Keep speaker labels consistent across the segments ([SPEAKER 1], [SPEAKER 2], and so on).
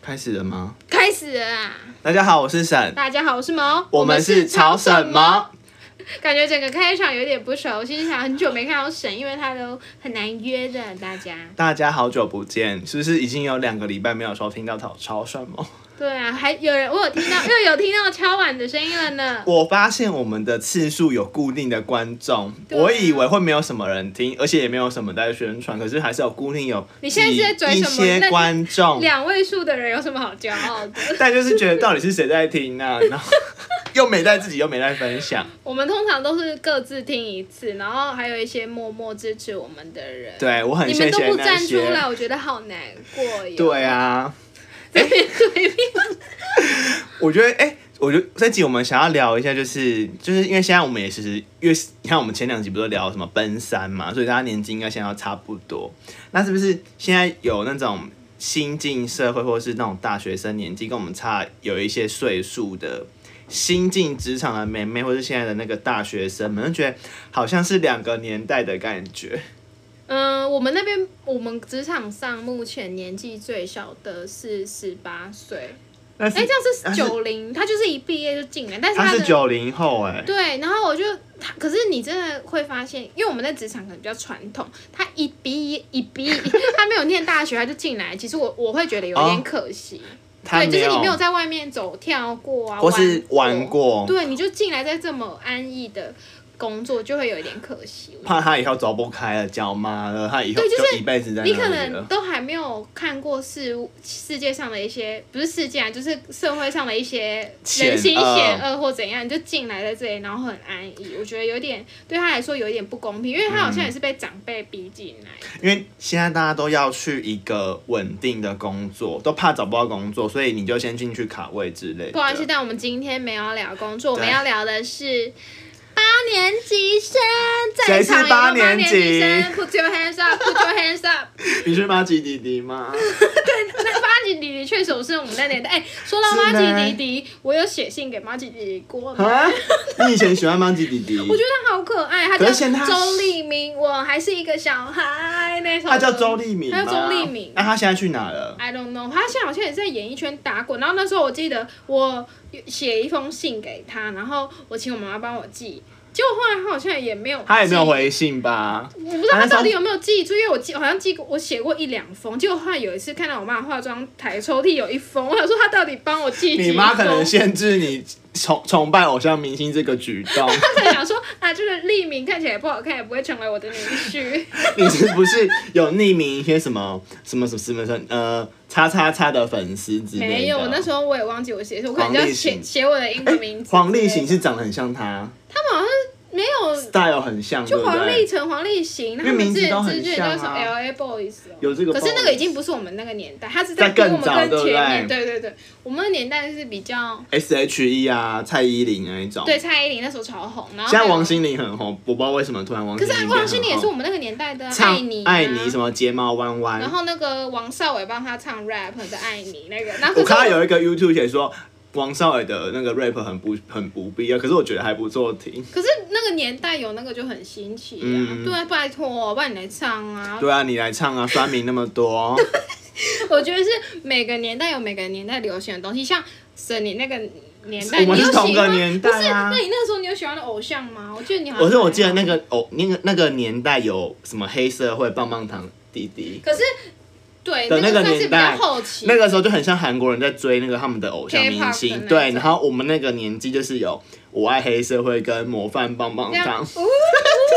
[SPEAKER 1] 开始了吗？
[SPEAKER 2] 开始了啦！
[SPEAKER 1] 大家好，我是沈，
[SPEAKER 2] 大家好，我是毛，
[SPEAKER 1] 我们是吵
[SPEAKER 2] 超
[SPEAKER 1] 什么？
[SPEAKER 2] 感觉整个开场有点不熟悉，想很久没看到沈，因为他都很难约的，大家。
[SPEAKER 1] 大家好久不见，是不是已经有两个礼拜没有收听到吵吵什么？
[SPEAKER 2] 对啊，还有人我有听 到，又有听到敲碗的声音了呢。
[SPEAKER 1] 我发现我们的次数有固定的观众，
[SPEAKER 2] 对啊
[SPEAKER 1] 我以为会没有什么人听，而且也没有什么在宣传，可是还是有固定有
[SPEAKER 2] 你现在是在嘴
[SPEAKER 1] 一
[SPEAKER 2] 什么那
[SPEAKER 1] 些
[SPEAKER 2] 你
[SPEAKER 1] 观众，
[SPEAKER 2] 两位数的人有什么好骄傲的？
[SPEAKER 1] 但就是觉得到底是谁在听呢、然后 又没在自己，又没在分享，
[SPEAKER 2] 我们通常都是各自听一次，然后还有一些默默支持我们的人。
[SPEAKER 1] 对我很
[SPEAKER 2] 你们
[SPEAKER 1] 谢
[SPEAKER 2] 都
[SPEAKER 1] 谢
[SPEAKER 2] 不
[SPEAKER 1] 那
[SPEAKER 2] 站出
[SPEAKER 1] 些。
[SPEAKER 2] 来，我觉得好难过哟。
[SPEAKER 1] 对，啊， 我觉得，哎、我觉得这集我们想要聊一下，就是就是因为现在我们也其实，因为你看我们前两集不是聊什么奔三嘛，所以大家年纪应该现在要差不多。那是不是现在有那种新进社会或是那种大学生年纪跟我们差有一些岁数的？新进职场的妹妹，或是现在的那个大学生们，就觉得好像是两个年代的感觉。
[SPEAKER 2] 嗯，我们那边我们职场上目前年纪最小的是十八岁，
[SPEAKER 1] 那
[SPEAKER 2] 哎、
[SPEAKER 1] 是
[SPEAKER 2] 这样
[SPEAKER 1] 他
[SPEAKER 2] 是
[SPEAKER 1] 是
[SPEAKER 2] 九零，他就是一毕业就进来，但是
[SPEAKER 1] 他
[SPEAKER 2] 的
[SPEAKER 1] 是九零后、哎，
[SPEAKER 2] 对，然后我就他，可是你真的会发现，因为我们在职场可能比较传统，他一毕业一毕业， 他没有念大学他就进来，其实我我会觉得有点
[SPEAKER 1] 哦
[SPEAKER 2] 可惜，
[SPEAKER 1] 他
[SPEAKER 2] 对，就是你没有在外面走跳过啊，
[SPEAKER 1] 或是玩
[SPEAKER 2] 玩
[SPEAKER 1] 过，
[SPEAKER 2] 过，对，你就进来在这么安逸的工作，就会有一点可惜。
[SPEAKER 1] 怕他以后走不开了，脚麻了，他以后
[SPEAKER 2] 对就是
[SPEAKER 1] 一辈子在那
[SPEAKER 2] 你可
[SPEAKER 1] 里
[SPEAKER 2] 能
[SPEAKER 1] 了。
[SPEAKER 2] 都还没有看过世物世界上的一些，不是世界啊，就是社会上的一些
[SPEAKER 1] 险
[SPEAKER 2] 人心
[SPEAKER 1] 恶
[SPEAKER 2] 险嗯恶或怎样，你就进啊来在这里，然后很安逸，我觉得有点对他来说有一点不公平，因为他好像也是被长辈逼进来。
[SPEAKER 1] 因为现在大家都要去一个稳定的工作，都怕找不到工作，所以你就先进去卡位之类的。
[SPEAKER 2] 不好意思，但我们今天没有要聊工作，我们
[SPEAKER 1] 对
[SPEAKER 2] 要聊的是八年级生，
[SPEAKER 1] 谁
[SPEAKER 2] 在
[SPEAKER 1] 是
[SPEAKER 2] 场有没有
[SPEAKER 1] 八
[SPEAKER 2] 八
[SPEAKER 1] 年
[SPEAKER 2] 年级
[SPEAKER 1] 级
[SPEAKER 2] 生？Put your hands up, put your hands up。
[SPEAKER 1] 你是妈吉弟弟吗？
[SPEAKER 2] 那八级弟弟确实是我们那年代。哎、说到
[SPEAKER 1] 是
[SPEAKER 2] 八
[SPEAKER 1] 吗
[SPEAKER 2] 级弟弟，我有写信给八级弟弟过呢。
[SPEAKER 1] 啊，你以前喜欢妈吉弟弟？
[SPEAKER 2] 我觉得他好可爱，他
[SPEAKER 1] 可
[SPEAKER 2] 叫
[SPEAKER 1] 是现在他
[SPEAKER 2] 周立明，我还是一个小孩那首歌。
[SPEAKER 1] 他叫周立明吗，
[SPEAKER 2] 他叫周立明
[SPEAKER 1] 那他现在去哪了？
[SPEAKER 2] I don't know，他现在好像也是在演艺圈打滚。然后那时候我记得我写一封信给他，然后我请我妈妈帮我寄，结果后来他好像也没有，
[SPEAKER 1] 他也没有。回信吧？
[SPEAKER 2] 我不知道
[SPEAKER 1] 他那
[SPEAKER 2] 他
[SPEAKER 1] 时候
[SPEAKER 2] 到底有没有记住，因为我记好像记过，我写过一两封，结果后来有一次看到我妈化妆台抽屉有一封，我想说他到底帮我寄
[SPEAKER 1] 你
[SPEAKER 2] 几
[SPEAKER 1] 妈可能
[SPEAKER 2] 封？
[SPEAKER 1] 限制你崇崇拜偶像明星这个举动。
[SPEAKER 2] 他在想说啊，这个立明看起来不好看，也不会成为我的女婿。
[SPEAKER 1] 你是不是有匿名一些什么什么什么什么什么呃叉叉叉的粉丝之类的？啊
[SPEAKER 2] 没有，我那时候我也忘记我写什么，我可能
[SPEAKER 1] 黄
[SPEAKER 2] 就
[SPEAKER 1] 立
[SPEAKER 2] 写
[SPEAKER 1] 行哎
[SPEAKER 2] 写我的英文名字。
[SPEAKER 1] 黄立行，是长得很像他
[SPEAKER 2] 他们好像没有，
[SPEAKER 1] ，style 很像，对
[SPEAKER 2] 就
[SPEAKER 1] 不
[SPEAKER 2] 黄立
[SPEAKER 1] 对？
[SPEAKER 2] 成、黄立行，他
[SPEAKER 1] 因为
[SPEAKER 2] 们
[SPEAKER 1] 名
[SPEAKER 2] 之
[SPEAKER 1] 字
[SPEAKER 2] 前
[SPEAKER 1] 都很
[SPEAKER 2] 之前叫
[SPEAKER 1] 像
[SPEAKER 2] 什么
[SPEAKER 1] 啊
[SPEAKER 2] L A Boys 哦。
[SPEAKER 1] 有这个，
[SPEAKER 2] 可是那个已经不是我们那个年代，他是
[SPEAKER 1] 在
[SPEAKER 2] 比我
[SPEAKER 1] 更
[SPEAKER 2] 们
[SPEAKER 1] 早
[SPEAKER 2] 更前面，
[SPEAKER 1] 对
[SPEAKER 2] 对对对，我们的年代是比较
[SPEAKER 1] S H E 啊，蔡依林那一种。
[SPEAKER 2] 对，蔡依林那时候超红，然后
[SPEAKER 1] 现在
[SPEAKER 2] 还有
[SPEAKER 1] 王，心凌很红，我不知道为什么突然王心
[SPEAKER 2] 可是啊哎
[SPEAKER 1] 凌变很红。
[SPEAKER 2] 王心凌也是我们那个年代的啊
[SPEAKER 1] 唱
[SPEAKER 2] 爱你啊
[SPEAKER 1] 爱你什么睫毛弯
[SPEAKER 2] 然
[SPEAKER 1] 弯。
[SPEAKER 2] 后那个王少伟帮他唱 rap 的爱你那个，然后可
[SPEAKER 1] 我
[SPEAKER 2] 是
[SPEAKER 1] 看到有一个 YouTube 写说王少伟的那个 rap 很不很不必要，可是我觉得还不错听。
[SPEAKER 2] 可是那个年代有那个就很新奇啊，
[SPEAKER 1] 嗯
[SPEAKER 2] 对啊，拜托，不然你来唱啊，
[SPEAKER 1] 对啊，你来唱啊，酸民那么多，
[SPEAKER 2] 我觉得是每个年代有每个年代流行的东西，像沈你那个年代，
[SPEAKER 1] 我们
[SPEAKER 2] 你有
[SPEAKER 1] 是同
[SPEAKER 2] 喜
[SPEAKER 1] 个
[SPEAKER 2] 欢？
[SPEAKER 1] 年
[SPEAKER 2] 不是，
[SPEAKER 1] 代啊
[SPEAKER 2] 那。你那个时候你有喜欢的偶像吗？我记得你好 像
[SPEAKER 1] 我是我记得那
[SPEAKER 2] 个，
[SPEAKER 1] 个哦，那个那个年代有什么黑社会棒棒糖弟弟，
[SPEAKER 2] 可是对
[SPEAKER 1] 的
[SPEAKER 2] 那
[SPEAKER 1] 那个
[SPEAKER 2] 算是比
[SPEAKER 1] 年
[SPEAKER 2] 较
[SPEAKER 1] 代
[SPEAKER 2] 后期，
[SPEAKER 1] 那个时候就很像韩国人在追那个他们的偶像明
[SPEAKER 2] K-pop 的那
[SPEAKER 1] 星，
[SPEAKER 2] 种
[SPEAKER 1] 对。然后我们那个年纪就是有我爱黑社会跟模范棒棒
[SPEAKER 2] 这样
[SPEAKER 1] 糖。
[SPEAKER 2] 呜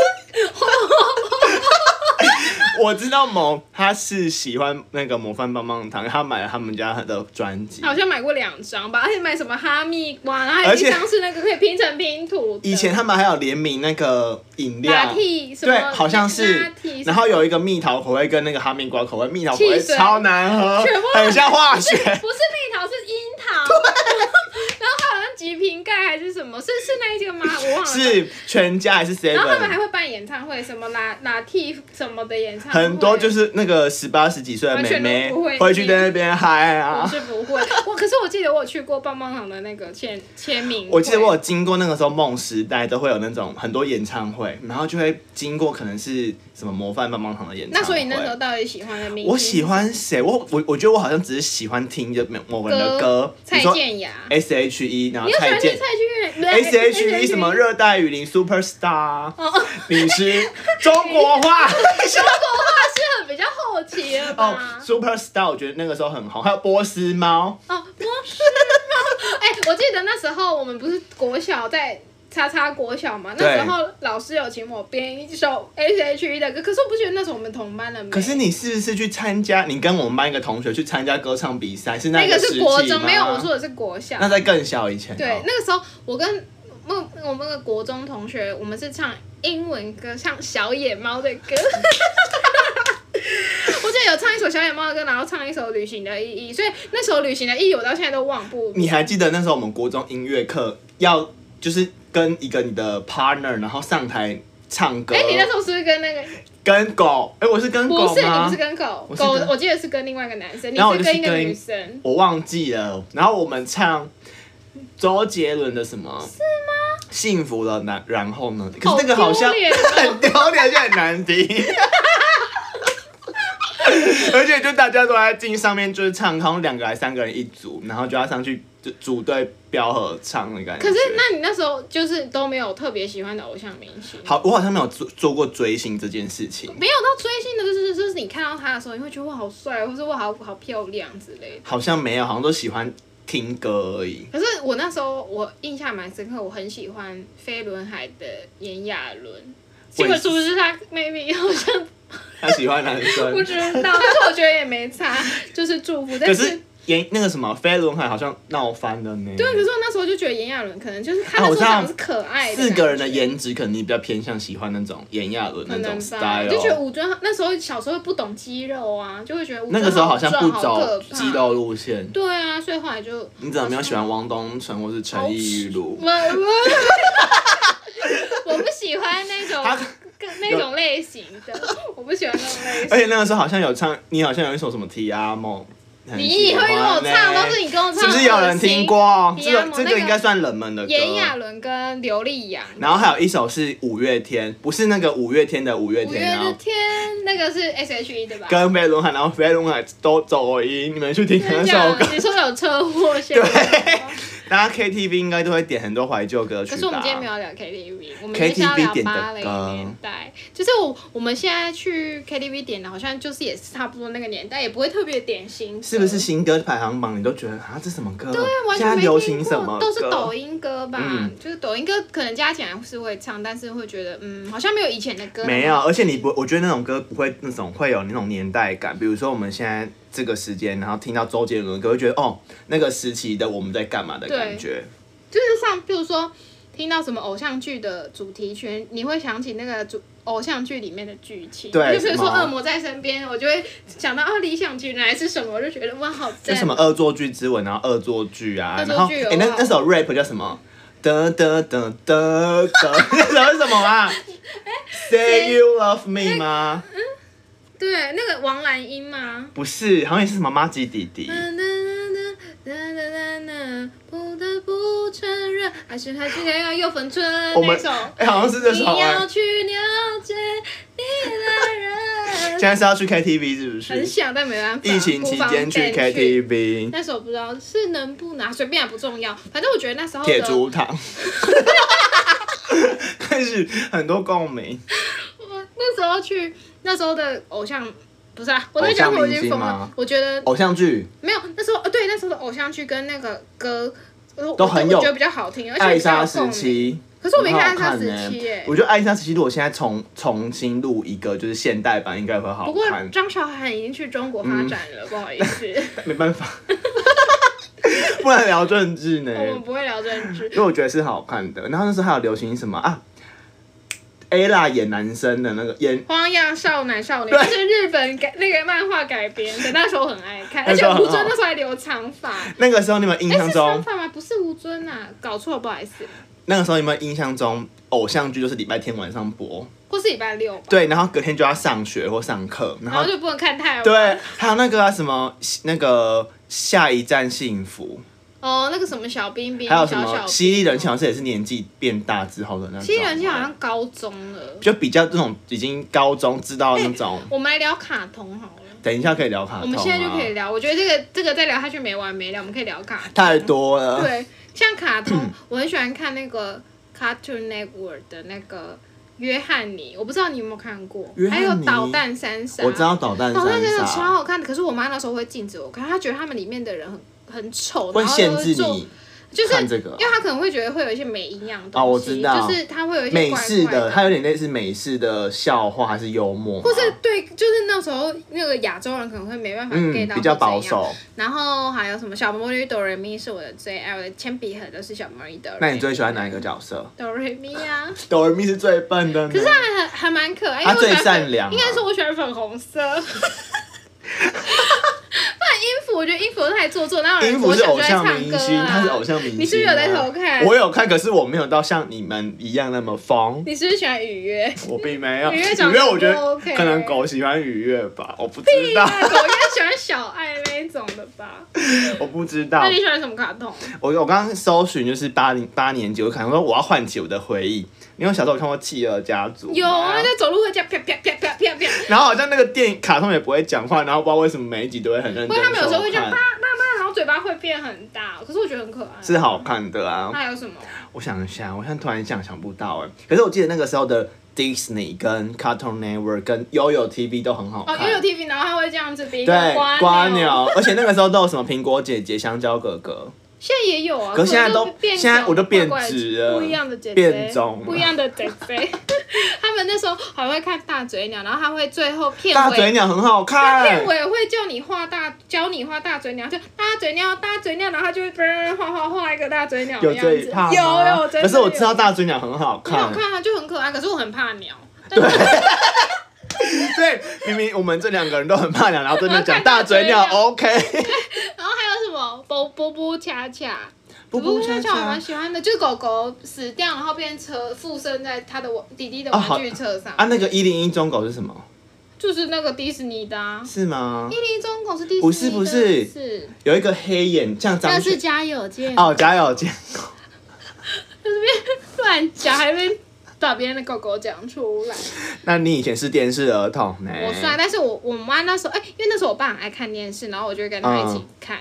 [SPEAKER 2] 呜
[SPEAKER 1] 我知道某他是喜欢那个模范棒棒糖，他买了他们家的专辑。
[SPEAKER 2] 好像买过两张吧，而且买什么哈密瓜，然后还
[SPEAKER 1] 而
[SPEAKER 2] 有
[SPEAKER 1] 且
[SPEAKER 2] 一张是那个可以拼成拼图的，
[SPEAKER 1] 以前他们还有联名那个饮
[SPEAKER 2] 拿
[SPEAKER 1] 料，
[SPEAKER 2] 铁什么
[SPEAKER 1] 对，好像
[SPEAKER 2] 拿
[SPEAKER 1] 是
[SPEAKER 2] 铁。
[SPEAKER 1] 然后有一个蜜桃口味跟那个哈密瓜口味，蜜桃口味
[SPEAKER 2] 汽水
[SPEAKER 1] 超难喝
[SPEAKER 2] 全部，
[SPEAKER 1] 很像化学。
[SPEAKER 2] 不是蜜桃是樱桃，然后它好像极瓶盖还是什么？是是那一个吗？我忘了。
[SPEAKER 1] 是全家还是
[SPEAKER 2] 然后他们
[SPEAKER 1] Seven？
[SPEAKER 2] 还会办演唱会，什么拉拉 T 什么的演唱会，
[SPEAKER 1] 很多就是那个十八十几岁的
[SPEAKER 2] 完
[SPEAKER 1] 妹
[SPEAKER 2] 全都
[SPEAKER 1] 妹
[SPEAKER 2] 不会
[SPEAKER 1] 会去在那边嗨
[SPEAKER 2] 我
[SPEAKER 1] 啊。
[SPEAKER 2] 是不 会。我可是我记得我有去过棒棒糖的那个签签名会，
[SPEAKER 1] 我记得我有经过那个时候梦时代都会有那种很多演唱会，然后就会经过可能是什么模范棒棒糖的演唱
[SPEAKER 2] 那
[SPEAKER 1] 会。
[SPEAKER 2] 所以那时候到底喜欢的明星？
[SPEAKER 1] 我喜欢谁？我我我觉得我好像只是喜欢听就某某个人的歌，比
[SPEAKER 2] 蔡
[SPEAKER 1] 如说
[SPEAKER 2] 健雅。
[SPEAKER 1] S H E，然后
[SPEAKER 2] 你又喜
[SPEAKER 1] 蔡
[SPEAKER 2] 欢听
[SPEAKER 1] 健
[SPEAKER 2] 蔡哎健雅
[SPEAKER 1] S H E 什么？热带雨林 Super Star，
[SPEAKER 2] 哦，
[SPEAKER 1] 你是中国话
[SPEAKER 2] 这比较后期了
[SPEAKER 1] 哦
[SPEAKER 2] 吧？
[SPEAKER 1] Super Star，我觉得那个时候很红，还有波斯猫，
[SPEAKER 2] 哦，不是吗？哎，我记得那时候我们不是国小在。叉叉国小嘛，那
[SPEAKER 1] 对
[SPEAKER 2] 时候老师有请我编一首 S H E 的歌，可是我不觉得那是我们同班的妹。
[SPEAKER 1] 可是你是不是去参加？你跟我们班一个同学去参加歌唱比赛，是
[SPEAKER 2] 那
[SPEAKER 1] 个
[SPEAKER 2] 个
[SPEAKER 1] 时
[SPEAKER 2] 是
[SPEAKER 1] 期
[SPEAKER 2] 国中，
[SPEAKER 1] 吗
[SPEAKER 2] 没有，我说的是国小。
[SPEAKER 1] 那在更小以前哦，
[SPEAKER 2] 对，那个时候我跟我我们的国中同学，我们是唱英文歌，唱小野猫的歌。 我记得有唱一首小野猫的歌，然后唱一首《旅行的意义》，所以那首《旅行的意义》我到现在都忘不。
[SPEAKER 1] 你还记得那时候我们国中音乐课要就是跟一个你的 partner，然后上台唱歌，
[SPEAKER 2] 哎、你那时候是不是跟那个？
[SPEAKER 1] 跟狗，哎，我是跟
[SPEAKER 2] 不
[SPEAKER 1] 狗
[SPEAKER 2] 是，你不
[SPEAKER 1] 吗
[SPEAKER 2] 是？跟狗
[SPEAKER 1] 我是
[SPEAKER 2] 狗
[SPEAKER 1] 跟，
[SPEAKER 2] 我记得是跟另外一个男生，你
[SPEAKER 1] 然后我
[SPEAKER 2] 是
[SPEAKER 1] 就
[SPEAKER 2] 跟
[SPEAKER 1] 是
[SPEAKER 2] 一个
[SPEAKER 1] 跟
[SPEAKER 2] 女生。
[SPEAKER 1] 我忘记了。然后我们唱周杰伦的什么？是吗？幸福了，然然后呢？可是那个好像
[SPEAKER 2] 好丢脸 哦
[SPEAKER 1] 很丢脸，就很难听。 而且就大家都在镜上面就是唱，好像两个还三个人一组，然后就要上去就组队飙合唱的感觉。
[SPEAKER 2] 可是，那你那时候就是都没有特别喜欢的偶像明星，
[SPEAKER 1] 好，我好像没有做做过追星这件事情，
[SPEAKER 2] 没有到追星的，就是就是你看到他的时候，你会觉得哇好帅，或是哇好好漂亮之类的。
[SPEAKER 1] 好像没有，好像都喜欢听歌而已。
[SPEAKER 2] 可是我那时候我印象蛮深刻，我很喜欢飞轮海的炎亚纶，结果是不是他 maybe 好像
[SPEAKER 1] 他喜欢男生
[SPEAKER 2] 不，知道，但 是我觉得也没差， 就是祝福。但
[SPEAKER 1] 可
[SPEAKER 2] 是
[SPEAKER 1] 是演那个什么飞轮海好像闹翻了呢。
[SPEAKER 2] 对，可是我那时候就觉得炎亚纶可能就是
[SPEAKER 1] 啊
[SPEAKER 2] 他那时
[SPEAKER 1] 我
[SPEAKER 2] 候
[SPEAKER 1] 知道
[SPEAKER 2] 长得是可爱的感觉，
[SPEAKER 1] 四个人的颜值可能你比较偏向喜欢那种炎亚纶那
[SPEAKER 2] 可能
[SPEAKER 1] 种
[SPEAKER 2] 吧，
[SPEAKER 1] style，哦
[SPEAKER 2] 就觉得武装那时候小时候不懂肌肉啊，就会觉得武
[SPEAKER 1] 那个时候好像不
[SPEAKER 2] 装好可
[SPEAKER 1] 走
[SPEAKER 2] 怕
[SPEAKER 1] 肌。肉路线。
[SPEAKER 2] 对啊，所以后来就
[SPEAKER 1] 你怎么没有喜欢汪东城或是陈意
[SPEAKER 2] 我
[SPEAKER 1] 如？
[SPEAKER 2] 我 我不喜欢那种
[SPEAKER 1] 他
[SPEAKER 2] 跟那种类型 的，我不喜欢那种类型。
[SPEAKER 1] 而且那个时候好像有唱，你好像有一首什么《提阿梦》，很
[SPEAKER 2] 你
[SPEAKER 1] 喜
[SPEAKER 2] 以后
[SPEAKER 1] 欢
[SPEAKER 2] 跟我唱
[SPEAKER 1] 呢
[SPEAKER 2] 都是你跟我唱，
[SPEAKER 1] 是不是有人听？过？这
[SPEAKER 2] 提阿
[SPEAKER 1] 个
[SPEAKER 2] 梦
[SPEAKER 1] 这
[SPEAKER 2] 那个
[SPEAKER 1] 个应该算冷门的歌。
[SPEAKER 2] 炎亚纶跟刘力扬，
[SPEAKER 1] 然后还有一首是五月天，不是那个五月天的五月
[SPEAKER 2] 五
[SPEAKER 1] 天，
[SPEAKER 2] 月
[SPEAKER 1] 然
[SPEAKER 2] 的
[SPEAKER 1] 后
[SPEAKER 2] 天，那个是 S H E 对吧？
[SPEAKER 1] 跟飞轮海，然后飞轮海都走音，你们去听
[SPEAKER 2] 真
[SPEAKER 1] 那
[SPEAKER 2] 的
[SPEAKER 1] 首
[SPEAKER 2] 假
[SPEAKER 1] 歌
[SPEAKER 2] 的，你说有车祸相关吗？
[SPEAKER 1] 大家 KTV 应该都会点很多怀旧歌曲吧？
[SPEAKER 2] 可是我们今天没有聊 KTV，我们今天是要
[SPEAKER 1] KTV
[SPEAKER 2] 聊
[SPEAKER 1] 点的
[SPEAKER 2] 八零
[SPEAKER 1] 歌
[SPEAKER 2] 年代，就是我我们现在去 KTV 点的，好像就是也是差不多那个年代，也不会特别点新歌，
[SPEAKER 1] 是不是新歌排行榜你都觉得啊这什么歌？对
[SPEAKER 2] 完
[SPEAKER 1] 现
[SPEAKER 2] 全
[SPEAKER 1] 在
[SPEAKER 2] 没
[SPEAKER 1] 流
[SPEAKER 2] 听
[SPEAKER 1] 行什么
[SPEAKER 2] 过，都是
[SPEAKER 1] 歌
[SPEAKER 2] 抖音歌吧？
[SPEAKER 1] 嗯
[SPEAKER 2] 就是抖音歌，可能加起来是会唱，但是会觉得嗯，好像没有以前的歌那么
[SPEAKER 1] 没有，而且你不，我觉得那种歌不会那种会有那种年代感。比如说我们现在这个时间，然后听到周杰伦的歌，会觉得哦，那个时期的我们在干嘛的感觉。
[SPEAKER 2] 就是像比如说听到什么偶像剧的主题曲，你会想起那个主偶像剧里面的剧情，
[SPEAKER 1] 对
[SPEAKER 2] 就比如说
[SPEAKER 1] 什么
[SPEAKER 2] 《恶魔在身边》，我就会想到哦，理想局原来是什么，我就觉得哇，好
[SPEAKER 1] 就
[SPEAKER 2] 赞！
[SPEAKER 1] 什么恶作剧之吻，然后恶作剧啊
[SPEAKER 2] 恶，作
[SPEAKER 1] 然后
[SPEAKER 2] 剧
[SPEAKER 1] 诶，
[SPEAKER 2] 有
[SPEAKER 1] 那
[SPEAKER 2] 啊
[SPEAKER 1] 那首 rap 叫什么？得得得得得，那首是什么啊？Say you love me 吗？
[SPEAKER 2] 对，那个王蓝英吗？
[SPEAKER 1] 不是，好像也是什么妈吉弟弟。
[SPEAKER 2] 哒哒哒哒哒哒哒，不得不承认，还是还是要有分寸
[SPEAKER 1] 我
[SPEAKER 2] 那
[SPEAKER 1] 们
[SPEAKER 2] 首。
[SPEAKER 1] 哎、好像是这
[SPEAKER 2] 你
[SPEAKER 1] 首哎、
[SPEAKER 2] 要去了解你 的
[SPEAKER 1] 现
[SPEAKER 2] 人，
[SPEAKER 1] 在是要去 KTV 是不
[SPEAKER 2] 很
[SPEAKER 1] 是？
[SPEAKER 2] 想但没办法。
[SPEAKER 1] 疫情期间去 KTV，
[SPEAKER 2] 那时候不知道是能不拿，随便也不重要。反正我觉得那时候
[SPEAKER 1] 铁
[SPEAKER 2] 的，
[SPEAKER 1] 竹 堂，开始很多共鸣。
[SPEAKER 2] 那时候去那时候的偶像。不是啊，我在讲我已
[SPEAKER 1] 偶像明星
[SPEAKER 2] 经疯了
[SPEAKER 1] 吗。
[SPEAKER 2] 啊我觉得
[SPEAKER 1] 偶像剧
[SPEAKER 2] 没有那时候，呃对那时候的偶像剧跟那个歌我
[SPEAKER 1] 都很有
[SPEAKER 2] 我觉得比较好听，而
[SPEAKER 1] 《
[SPEAKER 2] 且
[SPEAKER 1] 艾
[SPEAKER 2] 比较
[SPEAKER 1] 莎
[SPEAKER 2] 有
[SPEAKER 1] 时
[SPEAKER 2] 共鸣。
[SPEAKER 1] 期
[SPEAKER 2] 可是》我没
[SPEAKER 1] 很
[SPEAKER 2] 看《
[SPEAKER 1] 好
[SPEAKER 2] 艾莎
[SPEAKER 1] 看
[SPEAKER 2] 时
[SPEAKER 1] 呢、
[SPEAKER 2] 期》耶。
[SPEAKER 1] 我觉得《艾莎时期》如果现在重重新录一个，就是现代版，应该会好
[SPEAKER 2] 不过
[SPEAKER 1] 看。
[SPEAKER 2] 张韶涵已经去中国发展
[SPEAKER 1] 嗯
[SPEAKER 2] 了，不好意思，
[SPEAKER 1] 没办法，不然聊政治呢
[SPEAKER 2] 我？们不会聊政治。
[SPEAKER 1] 因为我觉得是好看的。然后那时候还有流行什么啊？ Ella 演男生的那个演
[SPEAKER 2] 荒野少男少女
[SPEAKER 1] 对
[SPEAKER 2] 是日本改那个漫画改编的，那时候很爱看，
[SPEAKER 1] 那
[SPEAKER 2] 而
[SPEAKER 1] 时
[SPEAKER 2] 且
[SPEAKER 1] 候
[SPEAKER 2] 吴
[SPEAKER 1] 很好
[SPEAKER 2] 尊那时候还留长发，哎、
[SPEAKER 1] 那个时候，你们印象
[SPEAKER 2] 是
[SPEAKER 1] 中
[SPEAKER 2] 长发吗？不是吴尊啊，搞错了，不好意思，
[SPEAKER 1] 那个时候有没有印象中偶像剧就是礼拜天晚上播？
[SPEAKER 2] 或是礼拜六吧，
[SPEAKER 1] 对，然后隔天就要上学或上课，然
[SPEAKER 2] 然
[SPEAKER 1] 后
[SPEAKER 2] 后就不能看太晚。
[SPEAKER 1] 对，还有那个、啊、什么那个下一站幸福，
[SPEAKER 2] 哦，那个什么小冰冰，
[SPEAKER 1] 还有什
[SPEAKER 2] 小
[SPEAKER 1] 么
[SPEAKER 2] 小
[SPEAKER 1] 犀利人气，好像也是年纪变大之后的那种。啊
[SPEAKER 2] 七人星好像高中了。
[SPEAKER 1] 就比较这种已经高中知道那种，
[SPEAKER 2] 我们来聊卡通好了，
[SPEAKER 1] 等一下可以聊卡
[SPEAKER 2] 哎我
[SPEAKER 1] 通、啊，
[SPEAKER 2] 们现在就可以聊。我觉得这个这个再聊下去没完没了，我们可以聊卡通。
[SPEAKER 1] 太多了。
[SPEAKER 2] 对，像卡通，我很喜欢看那个 Cartoon Network 的那个约翰尼，我不知道你有没有看过
[SPEAKER 1] 约，翰
[SPEAKER 2] 还
[SPEAKER 1] 尼
[SPEAKER 2] 有导弹三傻，
[SPEAKER 1] 我知道导弹
[SPEAKER 2] 导弹三
[SPEAKER 1] 三
[SPEAKER 2] 傻超
[SPEAKER 1] 傻
[SPEAKER 2] 好看的，可是我妈那时候会禁止我看，她觉得他们里面的人很很丑，
[SPEAKER 1] 会
[SPEAKER 2] 然后
[SPEAKER 1] 限
[SPEAKER 2] 都
[SPEAKER 1] 制
[SPEAKER 2] 会做，
[SPEAKER 1] 你
[SPEAKER 2] 就是
[SPEAKER 1] 看这个
[SPEAKER 2] 因为她可能会觉得会有一些没营养的
[SPEAKER 1] 哦
[SPEAKER 2] 东
[SPEAKER 1] 我
[SPEAKER 2] 西，
[SPEAKER 1] 知道
[SPEAKER 2] 就是她会有一些
[SPEAKER 1] 美
[SPEAKER 2] 怪
[SPEAKER 1] 式
[SPEAKER 2] 怪
[SPEAKER 1] 的，它有点类似美式的笑话还是幽默嘛，
[SPEAKER 2] 或是对，就是那时候那个亚洲人可能会没办法
[SPEAKER 1] 嗯
[SPEAKER 2] get 到、
[SPEAKER 1] 比较保。守。
[SPEAKER 2] 然后还有什么小魔女哆瑞咪是我的最爱，我的铅笔盒都是小魔女哆瑞咪。
[SPEAKER 1] 那你最喜欢哪一个角色？
[SPEAKER 2] 哆瑞咪啊？
[SPEAKER 1] 哆瑞咪是最笨的呢，可是
[SPEAKER 2] 那还还蛮可爱，因
[SPEAKER 1] 他
[SPEAKER 2] 为我喜
[SPEAKER 1] 最
[SPEAKER 2] 欢粉
[SPEAKER 1] 善良啊
[SPEAKER 2] 应该说我喜欢粉 红色。不然音符，我觉得音符太做作，哪有
[SPEAKER 1] 音
[SPEAKER 2] 人
[SPEAKER 1] 符
[SPEAKER 2] 国
[SPEAKER 1] 是
[SPEAKER 2] 小就
[SPEAKER 1] 偶
[SPEAKER 2] 在
[SPEAKER 1] 像
[SPEAKER 2] 唱歌啊？
[SPEAKER 1] 明星，他是偶像明星啊。
[SPEAKER 2] 你是不是有在偷看
[SPEAKER 1] 我有看，可是我没有到像你们一样那么 疯。
[SPEAKER 2] 你是不是喜欢雨 约？
[SPEAKER 1] 我并没有，
[SPEAKER 2] 雨月长得
[SPEAKER 1] 月我觉
[SPEAKER 2] 不
[SPEAKER 1] 得
[SPEAKER 2] OK
[SPEAKER 1] 可能狗喜欢愉悦吧，我不知道，
[SPEAKER 2] 那啊狗应该喜欢小爱那一种的 吧？
[SPEAKER 1] 我不知道
[SPEAKER 2] 那。你喜欢什么卡通？
[SPEAKER 1] 我我刚刚搜寻就是八零八年级，我看我说我要唤起我的回忆，因为我小时候有看过《企鹅家族》嘛，
[SPEAKER 2] 有啊，在走路会这样啪啪啪啪啪啪。
[SPEAKER 1] 然后好像那个电影卡通也不会讲话，然后不知道为什么每一集都会很认
[SPEAKER 2] 不
[SPEAKER 1] 真
[SPEAKER 2] 过
[SPEAKER 1] 收看。
[SPEAKER 2] 他们有时候会这样啪啪啪，然后嘴巴会变很大，可是我觉得很可爱。
[SPEAKER 1] 是好看的啊
[SPEAKER 2] 那，还有什么？
[SPEAKER 1] 我想一下，我现在突然想想不到哎、可是我记得那个时候的 Disney 跟 Cartoon Network 跟 YoYo TV 都很好
[SPEAKER 2] 哦，
[SPEAKER 1] 看。
[SPEAKER 2] 因为有 TV，然后它会这样子比一个
[SPEAKER 1] 对，
[SPEAKER 2] 瓜
[SPEAKER 1] 瓜。鸟，而且那个时候都有什么苹果姐姐、香蕉哥哥，
[SPEAKER 2] 现在也有啊，
[SPEAKER 1] 可是现在都
[SPEAKER 2] 是变
[SPEAKER 1] 现在我都变
[SPEAKER 2] 怪怪的
[SPEAKER 1] 直了
[SPEAKER 2] 不一样的姐姐，
[SPEAKER 1] 变种了
[SPEAKER 2] 不一样的姐姐。 他们那时候还会看大嘴鸟，然后他会最后片
[SPEAKER 1] 大嘴
[SPEAKER 2] 尾。
[SPEAKER 1] 鸟很好
[SPEAKER 2] 他
[SPEAKER 1] 看。
[SPEAKER 2] 片尾会叫你画大，教你画大嘴鸟，就大嘴鸟，大嘴鸟，然后他就会嘣画画画一个大嘴鸟的
[SPEAKER 1] 有
[SPEAKER 2] 样子。
[SPEAKER 1] 这一趴吗
[SPEAKER 2] 有有，真的
[SPEAKER 1] 可是我知道
[SPEAKER 2] 有
[SPEAKER 1] 大嘴鸟很好
[SPEAKER 2] 很好
[SPEAKER 1] 看，
[SPEAKER 2] 看啊，就很可爱。可是我很怕鸟，
[SPEAKER 1] 对，明明我们这两个人都很怕鸟，然后这边讲
[SPEAKER 2] 看大
[SPEAKER 1] 大嘴鸟
[SPEAKER 2] 嘴鸟
[SPEAKER 1] OK，
[SPEAKER 2] 然后还有什么波波波恰恰，
[SPEAKER 1] 不
[SPEAKER 2] 波
[SPEAKER 1] 不
[SPEAKER 2] 波恰
[SPEAKER 1] 恰
[SPEAKER 2] 恰我
[SPEAKER 1] 恰
[SPEAKER 2] 蛮喜欢的，就是狗狗死掉，然后变车附身在他的玩弟弟的
[SPEAKER 1] 哦好
[SPEAKER 2] 玩具车上，
[SPEAKER 1] 啊，那个一零一中狗是什么？
[SPEAKER 2] 就是那个迪士尼的、啊。
[SPEAKER 1] 是吗
[SPEAKER 2] 一？零中狗是第
[SPEAKER 1] 不是不是
[SPEAKER 2] 是，
[SPEAKER 1] 有一个黑眼像张
[SPEAKER 2] 那
[SPEAKER 1] 学
[SPEAKER 2] 是家有见，
[SPEAKER 1] 哦，家有见
[SPEAKER 2] 乱讲还没把别人的狗狗讲出来。
[SPEAKER 1] 那你以前是电视儿童呢？
[SPEAKER 2] 我算，但是我我妈那时候，哎、因为那时候我爸很爱看电视，然后我就会跟他一
[SPEAKER 1] 嗯
[SPEAKER 2] 起看，